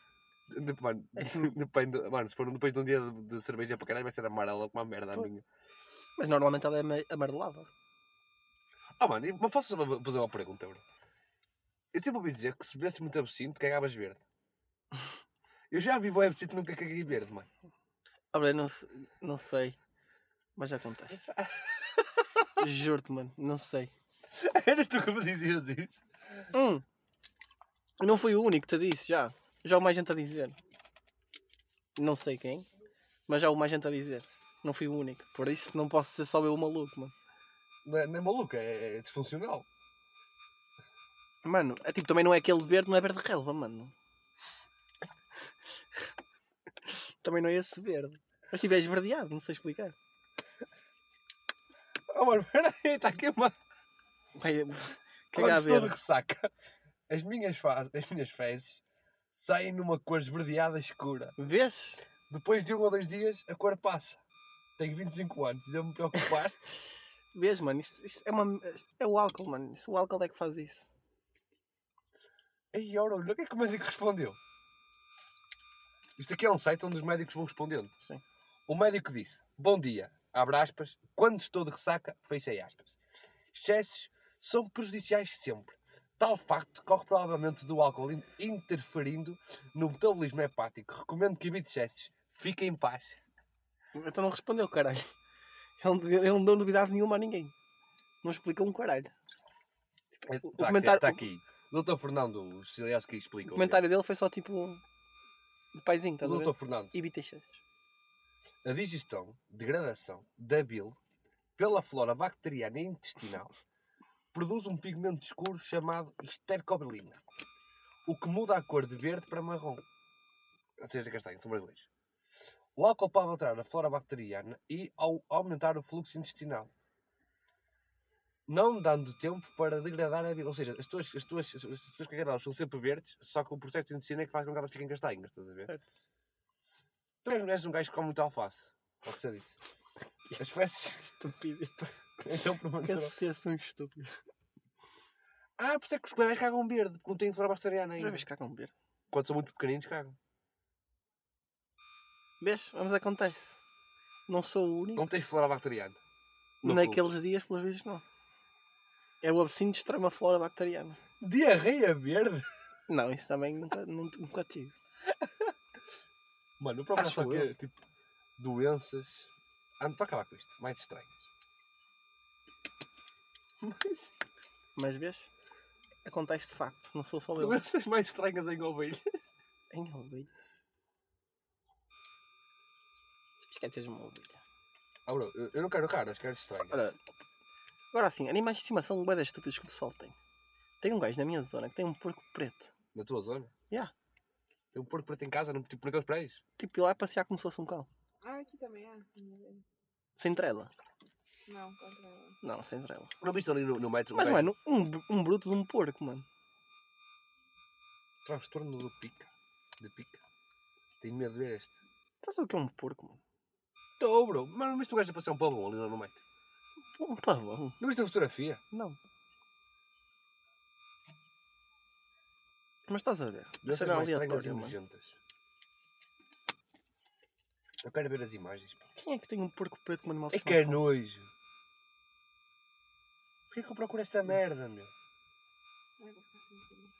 Speaker 3: De- Mano, depende. Mano, se for depois de um dia de, de cerveja para caralho, vai ser amarela com uma merda a
Speaker 2: Pois.
Speaker 3: minha.
Speaker 2: Mas normalmente ela é ama- amarelada.
Speaker 3: Ah, mano, mas posso só fazer uma pergunta, bro? Eu sempre ouvi dizer que se bebesse muito absinto, cagavas verde. Eu já vi boi absinto e nunca caguei verde, mano.
Speaker 2: Olha, não, se- não sei. Mas já acontece. Juro-te, mano. Não sei.
Speaker 3: Eras tu que me dizias isso?
Speaker 2: Hum. Não fui o único que te disse já. Já houve mais gente a dizer. Não sei quem, mas já houve mais gente a dizer. Não fui o único. Por isso não posso ser só eu o maluco, mano.
Speaker 3: Não é, não é maluco, é, é disfuncional.
Speaker 2: Mano, é tipo, também não é aquele verde, não é verde relva, mano. também não é esse verde. Mas tipo, é esverdeado, não sei explicar.
Speaker 3: Oh, mano, peraí, está aqui uma.
Speaker 2: Vai,
Speaker 3: Quando
Speaker 2: cagar
Speaker 3: estou de
Speaker 2: verde.
Speaker 3: ressaca, as minhas, fa- as minhas fezes saem numa cor esverdeada escura.
Speaker 2: Vês?
Speaker 3: Depois de um ou dois dias, a cor passa. Tenho 25 anos, devo-me preocupar.
Speaker 2: Vês, mano? Isto, isto é, uma, isto é o álcool, mano. Isso, o álcool é que faz isso.
Speaker 3: Ei, ora, olha, o que é que o médico respondeu? Isto aqui é um site onde os médicos vão respondendo.
Speaker 2: Sim.
Speaker 3: O médico disse: Bom dia, abre aspas, quando estou de ressaca, fechei aspas. Excessos são prejudiciais sempre. Tal facto corre provavelmente do álcool in- interferindo no metabolismo hepático. Recomendo que evite excessos. Fique em paz.
Speaker 2: Então não respondeu, caralho. Ele, não- ele não deu novidade nenhuma a ninguém. Não explicou um caralho.
Speaker 3: Está
Speaker 2: comentário-
Speaker 3: Tá aqui. O Dr. Fernando Siliaski
Speaker 2: O
Speaker 3: explica.
Speaker 2: comentário dele foi só tipo. De paizinho,
Speaker 3: O
Speaker 2: estás a ver?
Speaker 3: Dr. Fernando.
Speaker 2: Evita excessos.
Speaker 3: a digestão, degradação da bile pela flora bacteriana intestinal produz um pigmento escuro chamado estercobilina, o que muda a cor de verde para marrom. Ou seja, castanho, são brasileiros. O álcool pode alterar a flora bacteriana e ao aumentar o fluxo intestinal, não dando tempo para degradar a bile. Ou seja, as tuas, as tuas, as tuas cagadelas são sempre verdes, só que o processo intestinal é que faz com que elas fiquem castanhas, estás a ver?
Speaker 2: Certo.
Speaker 3: Tu és, és um gajo que come muito alface. Pode ser isso. As fezes.
Speaker 2: Estúpido.
Speaker 3: Então, por
Speaker 2: Que
Speaker 3: menos.
Speaker 2: associação estúpida.
Speaker 3: Ah, por isso é que os bebés cagam verde, porque não têm flora bacteriana
Speaker 2: Já
Speaker 3: ainda.
Speaker 2: vês cá com beber.
Speaker 3: Quando são muito pequeninos, cagam.
Speaker 2: Vês? Mas acontece. Não sou o único.
Speaker 3: Não tens flora bacteriana. no
Speaker 2: Naqueles dias, pelas vezes, não. É o absinto extrai uma flora bacteriana.
Speaker 3: cu. Diarreia verde?
Speaker 2: Não, isso também nunca, nunca, nunca tive.
Speaker 3: Mano, eu procuro
Speaker 2: Acho
Speaker 3: só
Speaker 2: eu.
Speaker 3: ver, tipo, doenças. Ando para acabar com isto. Mais estranhas. Mas,
Speaker 2: Mas vês? Acontece de facto. Não sou só eu.
Speaker 3: doenças mais estranhas em ovelhas.
Speaker 2: Em ovelha. Esqueces é uma ovelha.
Speaker 3: Ah, bro, eu, eu não quero caras, quero estranhas.
Speaker 2: Ora, agora sim, animais de estimação bué das estúpidos que o pessoal tem. Tem um gajo na minha zona que tem um porco preto.
Speaker 3: Na tua zona?
Speaker 2: Ya.
Speaker 3: Tem um porco preto em casa, não, tipo, naqueles prédios?
Speaker 2: Tipo, ele vai passear como se fosse um cão.
Speaker 4: Ah, aqui também há. Vamos ver.
Speaker 2: Sem trela.
Speaker 4: Não, contra ela.
Speaker 2: Não, sem trela.
Speaker 3: Não viste ali no, no metro? um
Speaker 2: Mas,
Speaker 3: gajo-
Speaker 2: mano, um, br- um bruto de um porco, mano.
Speaker 3: Transtorno do pica. De pica. Tenho medo de ver este.
Speaker 2: Estás a ver o que é um porco, mano?
Speaker 3: Estou, bro. Mas não viste o gajo a passar um pavão ali no meio?
Speaker 2: Um pavão?
Speaker 3: Não viste a fotografia?
Speaker 2: Não. Mas estás a ver?
Speaker 3: Doenças
Speaker 2: Será
Speaker 3: mais assim, estranhas e
Speaker 2: um aleatório, mano.
Speaker 3: nojentas. Eu quero ver as imagens, pá.
Speaker 2: Quem é que tem um porco preto como animal de
Speaker 3: É que é
Speaker 2: estimação?
Speaker 3: nojo. Porquê que eu procuro esta merda, meu?
Speaker 4: Ai, vou ficar sem tempo.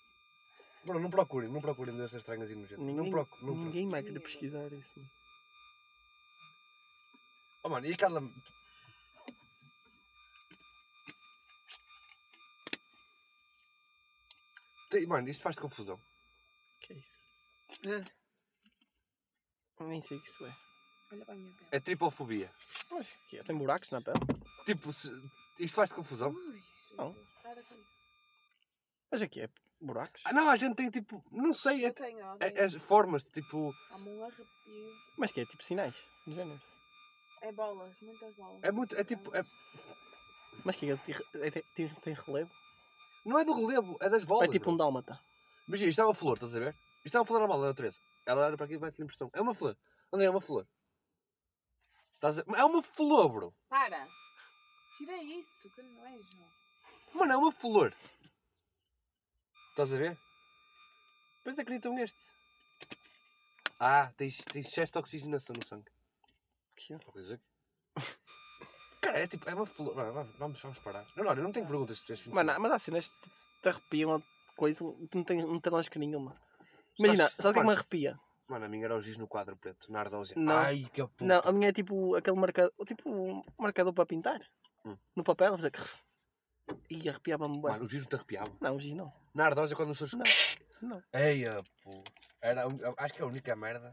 Speaker 3: Bro, não procurem, não procurem doenças estranhas e nojentas.
Speaker 2: Ninguém,
Speaker 3: não procurem, não procurem.
Speaker 2: ninguém vai querer
Speaker 4: Ninguém.
Speaker 2: pesquisar isso, mano.
Speaker 3: Oh, mano, e aquela... Tem- Mano, isto faz-te confusão.
Speaker 2: Que é isso?
Speaker 4: Ah,
Speaker 2: Nem sei o que isso é.
Speaker 4: Olha para a minha pele.
Speaker 3: É tripofobia.
Speaker 2: Mas o que é? Tem buracos na pele?
Speaker 3: Tipo, se- isto faz-te confusão.
Speaker 4: Ui,
Speaker 2: Não.
Speaker 4: Jesus, para com isso.
Speaker 2: Mas aqui é buracos?
Speaker 3: Ah, Não, a gente tem tipo, não sei, é-
Speaker 4: Eu tenho, ó.
Speaker 3: é- as formas, tipo,
Speaker 4: Há-me um arrepio.
Speaker 2: Mas que é tipo sinais, do género.
Speaker 4: É bolas, muitas bolas.
Speaker 3: é muito, é tipo, é-
Speaker 2: Mas que é, que é, tem, tem, tem relevo?
Speaker 3: não é do relevo, é das bolas.
Speaker 2: é tipo um
Speaker 3: bro.
Speaker 2: dálmata.
Speaker 3: Imagina, isto é uma flor, estás a ver? Isto é uma flor normal da natureza. Ela olha para aqui e vai-te impressão. É uma flor. André, é uma flor. Estás a... É uma flor, bro.
Speaker 4: Para! Tira isso, que é, nojo.
Speaker 3: Mano, é uma flor. Estás a ver? Depois acreditam neste. Ah, tens, tens excesso de oxigenação no sangue.
Speaker 2: Que é?
Speaker 3: Qualquer coisa aqui. Cara, é tipo, é uma flor. Mano, vamos- vamos, vamos parar. Não, não, eu não tenho perguntas. tu és fim de
Speaker 2: Mano,
Speaker 3: semana.
Speaker 2: mas há cenas que tipo, te- te arrepiam ou coisa, tu não tens, não tens lógica nenhuma. Imagina,
Speaker 3: Sabes-
Speaker 2: sabe o que é que me
Speaker 3: mano,
Speaker 2: arrepia?
Speaker 3: Mano, a minha era o giz no quadro preto, na ardósia.
Speaker 2: Não.
Speaker 3: Ai, que puta.
Speaker 2: Não, a minha é tipo aquele marcador, tipo um marcador para pintar.
Speaker 3: Hum.
Speaker 2: No papel, fazer e arrepiava-me bem.
Speaker 3: Mano, o giz não te arrepiava.
Speaker 2: Não, hoje não.
Speaker 3: Na ardósia, quando os seus...
Speaker 2: Não, não.
Speaker 3: Ei, ah, pô. Era, a un- acho que é a única merda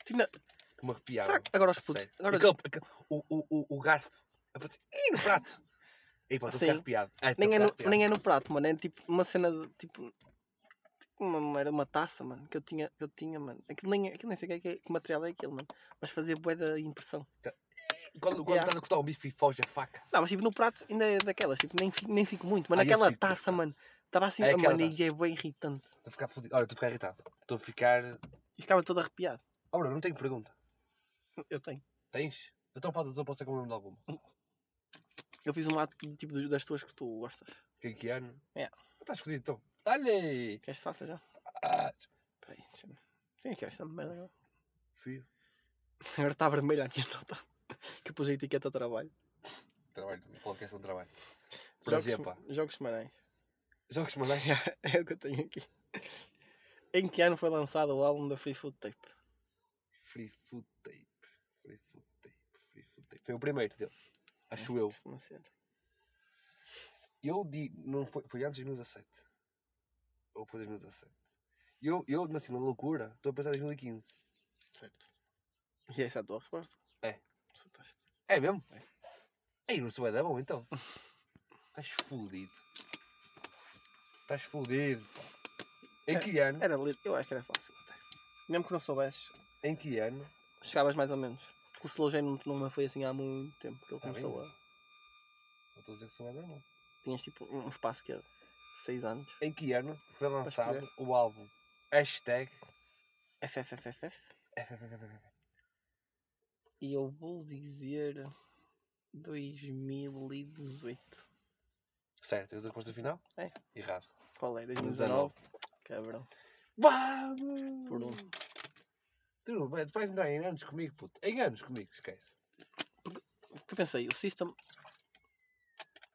Speaker 2: Tu Tipo, não-
Speaker 3: que me arrepiava.
Speaker 2: Será que agora os putos.
Speaker 3: Sério.
Speaker 2: Agora os-
Speaker 3: Aquele- aquele- o, o, o, o garfo. a fazer- Ih, no assim, prato. E pá, estou a
Speaker 2: Sim.
Speaker 3: ficar arrepiado. Ai,
Speaker 2: Nem é,
Speaker 3: estou a
Speaker 2: no,
Speaker 3: ficar arrepiado.
Speaker 2: nem é no prato, mano. É tipo uma cena de. Tipo, tipo uma, era uma taça, mano, que eu tinha, que eu tinha mano. Aquilo nem, aquilo nem sei o que, é, que é- que material é aquilo, mano. Mas fazia bué da impressão.
Speaker 3: Quando, quando
Speaker 2: Yeah.
Speaker 3: estás a cortar o bife e foge a faca.
Speaker 2: Não, mas tipo, no prato ainda é daquelas, tipo, nem fico, nem fico muito. Mas
Speaker 3: Ah, eu
Speaker 2: naquela
Speaker 3: fico, eu
Speaker 2: taça,
Speaker 3: fico.
Speaker 2: mano, estava assim,
Speaker 3: É
Speaker 2: a
Speaker 3: aquela
Speaker 2: mano, e
Speaker 3: taça.
Speaker 2: é bem irritante.
Speaker 3: Estou a ficar fudido. Olha, estou a ficar irritado. Estou a ficar.
Speaker 2: E ficava todo arrepiado.
Speaker 3: Oh, Bruno, não tenho pergunta.
Speaker 2: Eu tenho.
Speaker 3: Tens? Então pode, então pode ser como nome de alguma.
Speaker 2: Eu fiz um lado tipo dos- das tuas que tu gostas.
Speaker 3: Que, que ano?
Speaker 2: É.
Speaker 3: Estás fudido então. Olha aí.
Speaker 2: Queres que faça já?
Speaker 3: Ah,
Speaker 2: Peraí, deixa-me. Sim, quero esta merda agora.
Speaker 3: fio.
Speaker 2: Agora está vermelha a minha nota. Que eu pus a etiqueta a trabalho.
Speaker 3: Trabalho, também. podcast é um trabalho.
Speaker 2: Jogos
Speaker 3: Prazer,
Speaker 2: sem-
Speaker 3: é, pá.
Speaker 2: Jogos semanais.
Speaker 3: Jogos semanais.
Speaker 2: É o que eu tenho aqui. Em que ano foi lançado o álbum da Free Food Tape?
Speaker 3: Free food tape. Free food tape. Free food tape. Foi o primeiro dele. Acho eu.
Speaker 2: Costuma ser.
Speaker 3: Eu di. Não foi, foi antes de 2017. Ou foi 2017. Eu, eu nasci na loucura. Estou a pensar em 2015.
Speaker 2: Certo. E essa é a tua resposta?
Speaker 3: É.
Speaker 2: Acertaste.
Speaker 3: É mesmo? Ei, não sou é bom então. Estás fudido. Estás fudido, pá. Em
Speaker 2: É,
Speaker 3: que ano?
Speaker 2: Era ler, eu acho que era fácil até. Mesmo que não soubesses,
Speaker 3: Em que ano?
Speaker 2: chegavas mais ou menos. Porque o Slow Jam não- não foi assim há muito tempo que ele
Speaker 3: Tá bem,
Speaker 2: começou
Speaker 3: mano.
Speaker 2: a.
Speaker 3: Não estou a dizer que sou é bom.
Speaker 2: Tinhas tipo um espaço que era 6 anos.
Speaker 3: Em que ano foi lançado
Speaker 2: escolher.
Speaker 3: o álbum hashtag
Speaker 2: FFFFF.
Speaker 3: FFFF?
Speaker 2: E eu vou dizer 2018.
Speaker 3: Certo, eu dou a resposta final?
Speaker 2: É.
Speaker 3: Errado.
Speaker 2: Qual é?
Speaker 3: 2019.
Speaker 2: 2019? Cabrão.
Speaker 3: Vamos!
Speaker 2: Por um.
Speaker 3: Tu, vai- tu vais entrar em anos comigo, puto. Em anos comigo, esquece.
Speaker 2: Porque eu pensei, o System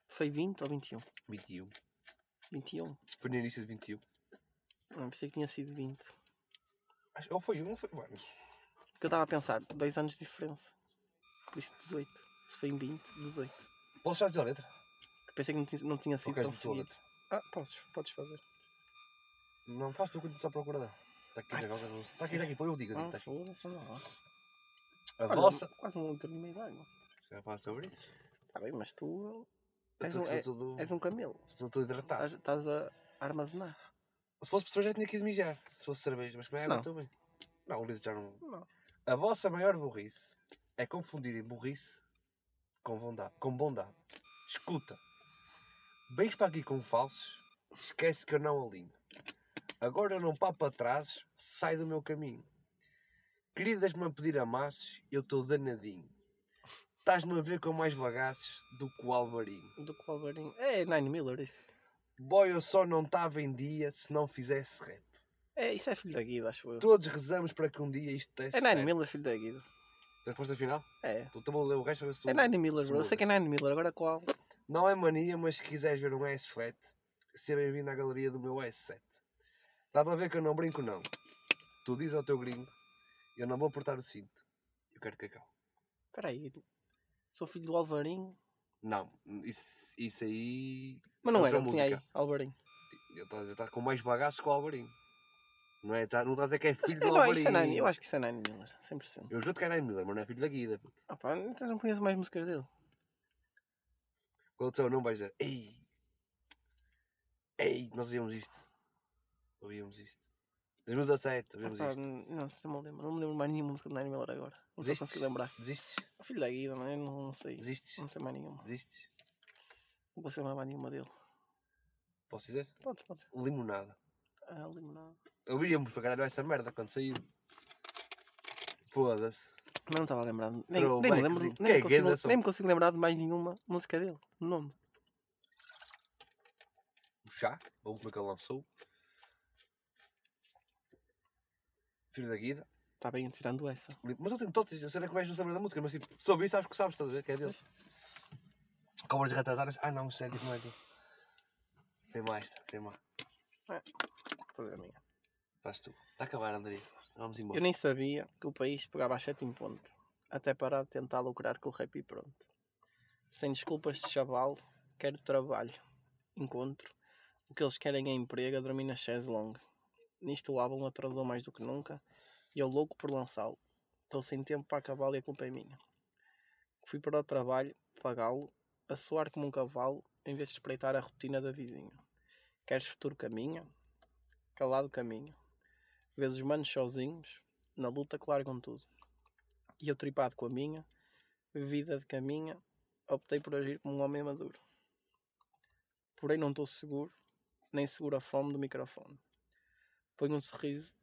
Speaker 2: foi 20 ou 21?
Speaker 3: 21.
Speaker 2: 21?
Speaker 3: Foi no início de 21.
Speaker 2: Não, pensei que tinha sido 20.
Speaker 3: Acho- Ou foi um, ou foi. Mano,
Speaker 2: Porque eu estava a pensar, dois anos de diferença. Por isso 18. Se foi em 20, 18.
Speaker 3: posso já dizer a letra?
Speaker 2: Eu pensei que não tinha, não tinha
Speaker 3: Ou
Speaker 2: sido
Speaker 3: queres
Speaker 2: tão
Speaker 3: dizer tu a
Speaker 2: seguido.
Speaker 3: letra?
Speaker 2: Ah, podes, podes fazer.
Speaker 3: Não faz tu quando tu estás à procura, não. Está Tá aqui,
Speaker 2: Ai,
Speaker 3: está aqui, está aqui, está aqui, põe eu digo.
Speaker 2: Ah,
Speaker 3: Tá aqui.
Speaker 2: foda-se, não. lá.
Speaker 3: A
Speaker 2: Olha,
Speaker 3: vossa.
Speaker 2: quase um não terminei de água.
Speaker 3: Já falaste sobre isso?
Speaker 2: Está bem, mas tu
Speaker 3: Eu
Speaker 2: És
Speaker 3: estou-
Speaker 2: um-
Speaker 3: estou todo-
Speaker 2: és um camelo.
Speaker 3: estou todo hidratado.
Speaker 2: Estás- Estás a armazenar.
Speaker 3: Se fosse pessoa já tinha que ir mijar. Se fosse cerveja, mas como é água,
Speaker 2: Não.
Speaker 3: estou bem. Não, o litro já não.
Speaker 2: Não.
Speaker 3: A vossa maior burrice é confundirem burrice com bondade. Com bondade. Escuta. Vens para aqui com falsos, esquece que eu não alinho. Agora não pá para trás, sai do meu caminho. Queridas-me a pedir amassos, eu estou danadinho. Estás-me a ver com mais bagaços do que o Alvarinho.
Speaker 2: Do Colvarinho. É Nine Miller, isso.
Speaker 3: Boy, eu só não estava em dia se não fizesse rap.
Speaker 2: É, isso é filho da Guida, acho eu.
Speaker 3: Todos rezamos para que um dia isto desse
Speaker 2: É Nine
Speaker 3: certo.
Speaker 2: Miller, filho da Guida.
Speaker 3: Tem resposta final? Então,
Speaker 2: É.
Speaker 3: Tu também leu o resto para ver se tu...
Speaker 2: É Nine Miller,
Speaker 3: se
Speaker 2: bro. Eu sei que é Nine Miller, agora qual?
Speaker 3: Não é mania, mas se quiseres ver um S7, seja bem-vindo à galeria do meu S7. Dá para ver que eu não brinco, não. Tu dizes ao teu gringo, eu não vou portar o cinto. Eu quero cacau.
Speaker 2: Peraí. Sou filho do Alvarinho.
Speaker 3: Não, isso, isso aí...
Speaker 2: Mas não
Speaker 3: é outra
Speaker 2: era, o que tinha aí,
Speaker 3: música.
Speaker 2: Alvarinho.
Speaker 3: Eu estou a dizer, estás com mais bagaço que o Alvarinho. Não é? Tá- Não estás a dizer que é
Speaker 2: Mas
Speaker 3: filho
Speaker 2: que
Speaker 3: do
Speaker 2: não, é- isso
Speaker 3: Alvarinho.
Speaker 2: é Nine, eu acho que isso é Nine Miller, 100%.
Speaker 3: Eu juro que é Nine Miller, mas não é filho da Guida. puto.
Speaker 2: Ah pá, então não conheço mais músicas dele. Ah,
Speaker 3: Quando disser o nome vais dizer, ei, ei, nós ouvimos isto. Ouvíamos isto. 2017,
Speaker 2: Ah,
Speaker 3: ouvíamos
Speaker 2: pá,
Speaker 3: isto.
Speaker 2: n- não sei se me lembro, não me lembro mais nenhuma música de Nine Miller agora. Não sei se
Speaker 3: Desistes?
Speaker 2: consigo lembrar.
Speaker 3: Desistes?
Speaker 2: O filho da Guida, mano, eu não, não sei.
Speaker 3: Desistes?
Speaker 2: Não sei mais nenhuma.
Speaker 3: Desistes?
Speaker 2: Não consigo lembrar mais nenhuma dele.
Speaker 3: Posso dizer?
Speaker 2: Podes, podes.
Speaker 3: Limonada.
Speaker 2: Ah, limonada.
Speaker 3: Ouvíamos para caralho essa merda quando saiu. Foda-se.
Speaker 2: Mas não estava a lembrar. Nem, nem,
Speaker 3: Throwback,
Speaker 2: me lembro,
Speaker 3: sim.
Speaker 2: nem, me
Speaker 3: Que é grande
Speaker 2: consigo,
Speaker 3: som.
Speaker 2: nem me consigo lembrar de mais nenhuma música dele. O nome.
Speaker 3: O chá, a última que ele lançou. Filho da Guida.
Speaker 2: Está Tá bem, tirando essa.
Speaker 3: Li- Mas ele tem todas as cenas é que o gajo não se lembra da música, mas tipo, soube e sabes que sabes, estás a ver? Que é dele. Cobras retrasadas. Ah não, isso é tipo, não é dele. Tem mais, tá, tem mais.
Speaker 2: Pois é, minha.
Speaker 3: Faz tu. Está a acabar, André. Vamos embora.
Speaker 2: Eu nem sabia que o país pegava a sétimo ponto. Até para tentar lucrar com o rap e pronto. Sem desculpas de chaval, quero trabalho. Encontro. O que eles querem é emprego, a dormir na chaise longue. Nisto o álbum atrasou mais do que nunca. E eu louco por lançá-lo. Estou sem tempo para acabá-lo e a culpa é minha. Fui para o trabalho, pagá-lo, a suar como um cavalo em vez de espreitar a rotina da vizinha. Queres futuro caminha? Calado caminho. Vês os manos sozinhos, na luta que largam tudo. E eu tripado com a minha, vida de caminha, optei por agir como um homem maduro. Porém não estou seguro, nem seguro a fome do microfone. Ponho um sorriso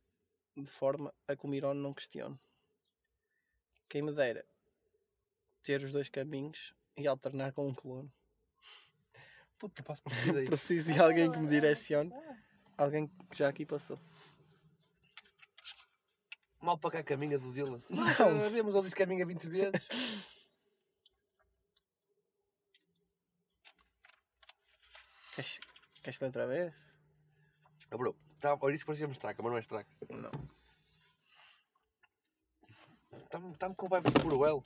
Speaker 2: de forma a que o Mirone não questione. Quem me dera ter os dois caminhos e alternar com um clone.
Speaker 3: Puto, não passo por ti daí.
Speaker 2: Preciso de alguém
Speaker 4: é
Speaker 2: que me direcione, alguém que já aqui passou.
Speaker 3: Mal para cá caminha do Dylan.
Speaker 2: Não. então.
Speaker 3: Não, vemos ele disse caminha 20 é vezes.
Speaker 2: Queres, queres ler outra vez?
Speaker 3: Ah, bro, tá, olha isso que parecia traca, mas não é traca.
Speaker 2: Não.
Speaker 3: Está-me tá com vibe de Cruel.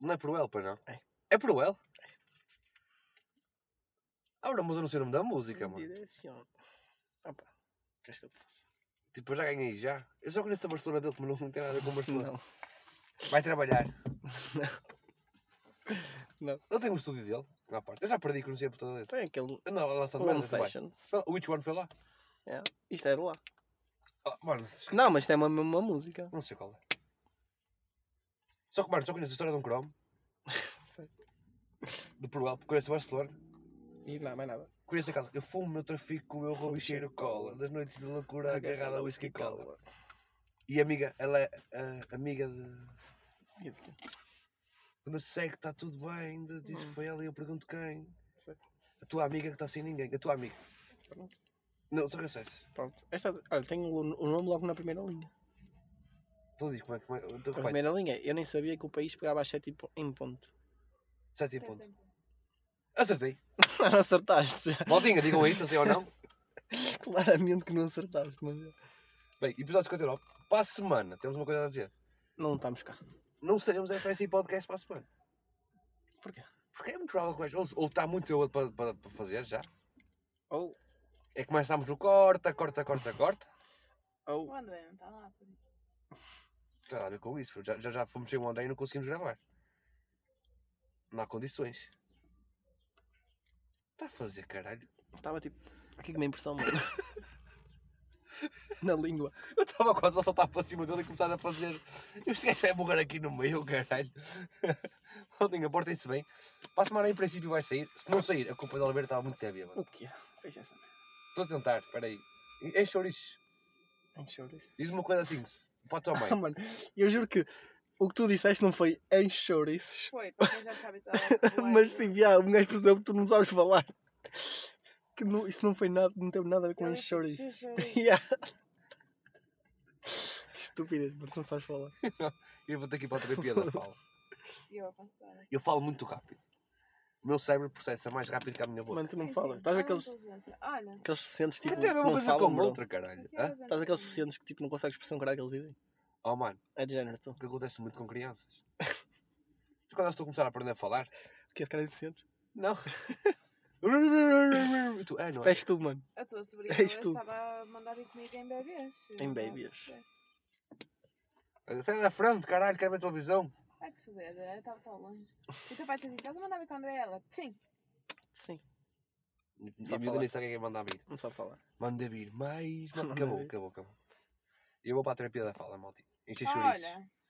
Speaker 3: Não é Cruel, pois não?
Speaker 2: É.
Speaker 3: É Cruel? Agora, mas eu não sei o nome da música,
Speaker 2: Me
Speaker 3: mano.
Speaker 2: direcione. Opa, queres que eu te faça?
Speaker 3: Tipo, eu já ganhei já. Eu só conheço a Barcelona dele, mas não, não tem nada a ver com Barcelona.
Speaker 2: Não.
Speaker 3: Vai trabalhar.
Speaker 2: Não.
Speaker 3: Ele tem um estúdio dele, na parte. Eu já perdi conhecia por toda
Speaker 2: Tem aquele
Speaker 3: a Não, é lá está no
Speaker 2: One
Speaker 3: merda, vai.
Speaker 2: Sessions.
Speaker 3: Foi- Which one foi lá?
Speaker 2: É, Isto era lá.
Speaker 3: Ah, mano,
Speaker 2: Não, mas isto é uma mesma música.
Speaker 3: não sei qual é. Só que, mano, só conheço a história de um Chrome.
Speaker 2: Certo.
Speaker 3: Do Cruel, conheço Barcelona.
Speaker 2: E não, mais nada.
Speaker 3: Conheço aquela. Eu fumo, eu trafico, eu roubo e cheiro cola. Das noites de loucura agarrada a whisky e cola. E a amiga, ela é a amiga de.
Speaker 2: E de quê?
Speaker 3: Quando se segue, está tudo bem. de- Diz que foi ela e eu pergunto quem.
Speaker 2: Certo.
Speaker 3: A tua amiga que está sem ninguém. A tua amiga.
Speaker 2: Pronto.
Speaker 3: Não, só conheço essa.
Speaker 2: Pronto. Esta, olha, tenho o, o nome logo na primeira linha.
Speaker 3: Então diz como é que. Então
Speaker 2: Na
Speaker 3: repete.
Speaker 2: primeira linha, eu nem sabia que o país pegava a 7 em ponto.
Speaker 3: Sétimo ponto. Acertei.
Speaker 2: não acertaste já.
Speaker 3: Maldinha, digam aí se acertei ou não.
Speaker 2: Claramente que não acertaste, mas é.
Speaker 3: Bem, episódio 59. Para a semana, temos uma coisa a dizer.
Speaker 2: Não estamos cá.
Speaker 3: Não é seremos FSI Podcast para a semana.
Speaker 2: Porquê?
Speaker 3: Porque é muito provável que vais. Ou, ou está muito eu para, para, para fazer já.
Speaker 2: Ou,
Speaker 3: É que começámos o corta, corta, corta, corta.
Speaker 4: O
Speaker 2: ou,
Speaker 4: André não está lá, por isso.
Speaker 3: Tem nada a ver com isso. Já, já, já fomos sem o André e não conseguimos gravar. Não há condições. Está a fazer caralho.
Speaker 2: estava tipo, aqui com uma impressão, mano. na língua.
Speaker 3: Eu estava quase a saltar para cima dele e começar a fazer. Este gajo vai morrer aqui no meio, caralho. Maldinha, portem-se bem. Para a semana, em princípio, vai sair. Se não sair, a culpa de Oliveira estava muito tébia, mano.
Speaker 2: O que é? Fecha essa merda.
Speaker 3: Estou a tentar, peraí. Enche chouriços.
Speaker 2: Enxouro isso.
Speaker 3: Diz-me uma coisa assim, se- para a tua mãe.
Speaker 2: Ah, mano, eu juro que o que tu disseste não foi enxouro isso.
Speaker 4: Foi, porque já sabes a
Speaker 2: Mas tipo, já, um gajo percebeu que tu não sabes falar. Que não, isso não foi nada, não teve nada a ver com
Speaker 4: Ele
Speaker 2: encher
Speaker 4: disse,
Speaker 2: isso.
Speaker 4: "Enxouriço".
Speaker 2: Yeah. Que Estupidez, porque não sabes falar.
Speaker 3: Eu vou ter que ir para outra piada, fala.
Speaker 4: E eu a passar.
Speaker 3: Eu falo muito rápido. O meu cérebro processa mais rápido que a minha boca.
Speaker 2: Mano, tu não
Speaker 4: Sim,
Speaker 2: falas.
Speaker 4: sim.
Speaker 2: Estás a ver
Speaker 4: Ah, não
Speaker 2: aqueles,
Speaker 4: inteligência. Olha.
Speaker 2: aqueles suficientes tipo.
Speaker 3: Até a
Speaker 2: que
Speaker 3: mesma
Speaker 2: não
Speaker 3: coisa
Speaker 2: falam,
Speaker 3: com
Speaker 2: bro?
Speaker 3: outra, caralho.
Speaker 4: aqui é
Speaker 3: Hã?
Speaker 2: Estás
Speaker 4: os
Speaker 2: a ver tá? aqueles
Speaker 4: André.
Speaker 2: suficientes que tipo não consegues pressionar o que eles dizem?
Speaker 3: Oh, mano,
Speaker 2: É de género, tu.
Speaker 3: o que acontece muito com crianças? Tu quando elas estão a começar a aprender a falar?
Speaker 2: Quer ficar deficiente?
Speaker 3: Não. E tu, é, não é?
Speaker 2: Pés tu, mano.
Speaker 4: A tua sobrinha
Speaker 2: És
Speaker 4: hoje
Speaker 2: tu.
Speaker 4: estava a mandar ir comigo em bebês. Eu
Speaker 2: Em
Speaker 4: não tava a
Speaker 2: bebês.
Speaker 4: perceber.
Speaker 3: Sai da frente, caralho, quero ver televisão.
Speaker 4: Vai-te fazer, eu estava tão longe. E o teu pai tá te disse, estás a mandar vir com a Andrela? Sim.
Speaker 2: Sim,
Speaker 3: E
Speaker 2: Só
Speaker 3: a miúda
Speaker 2: falar.
Speaker 3: nem sabe quem é que manda a vir.
Speaker 2: não sabe falar.
Speaker 3: Manda vir mais.
Speaker 2: Manda
Speaker 3: acabou,
Speaker 2: vir.
Speaker 3: acabou, acabou. Eu vou para a terapia da fala, maltinho. Enche
Speaker 4: Ah,
Speaker 3: chouriços.
Speaker 4: olha,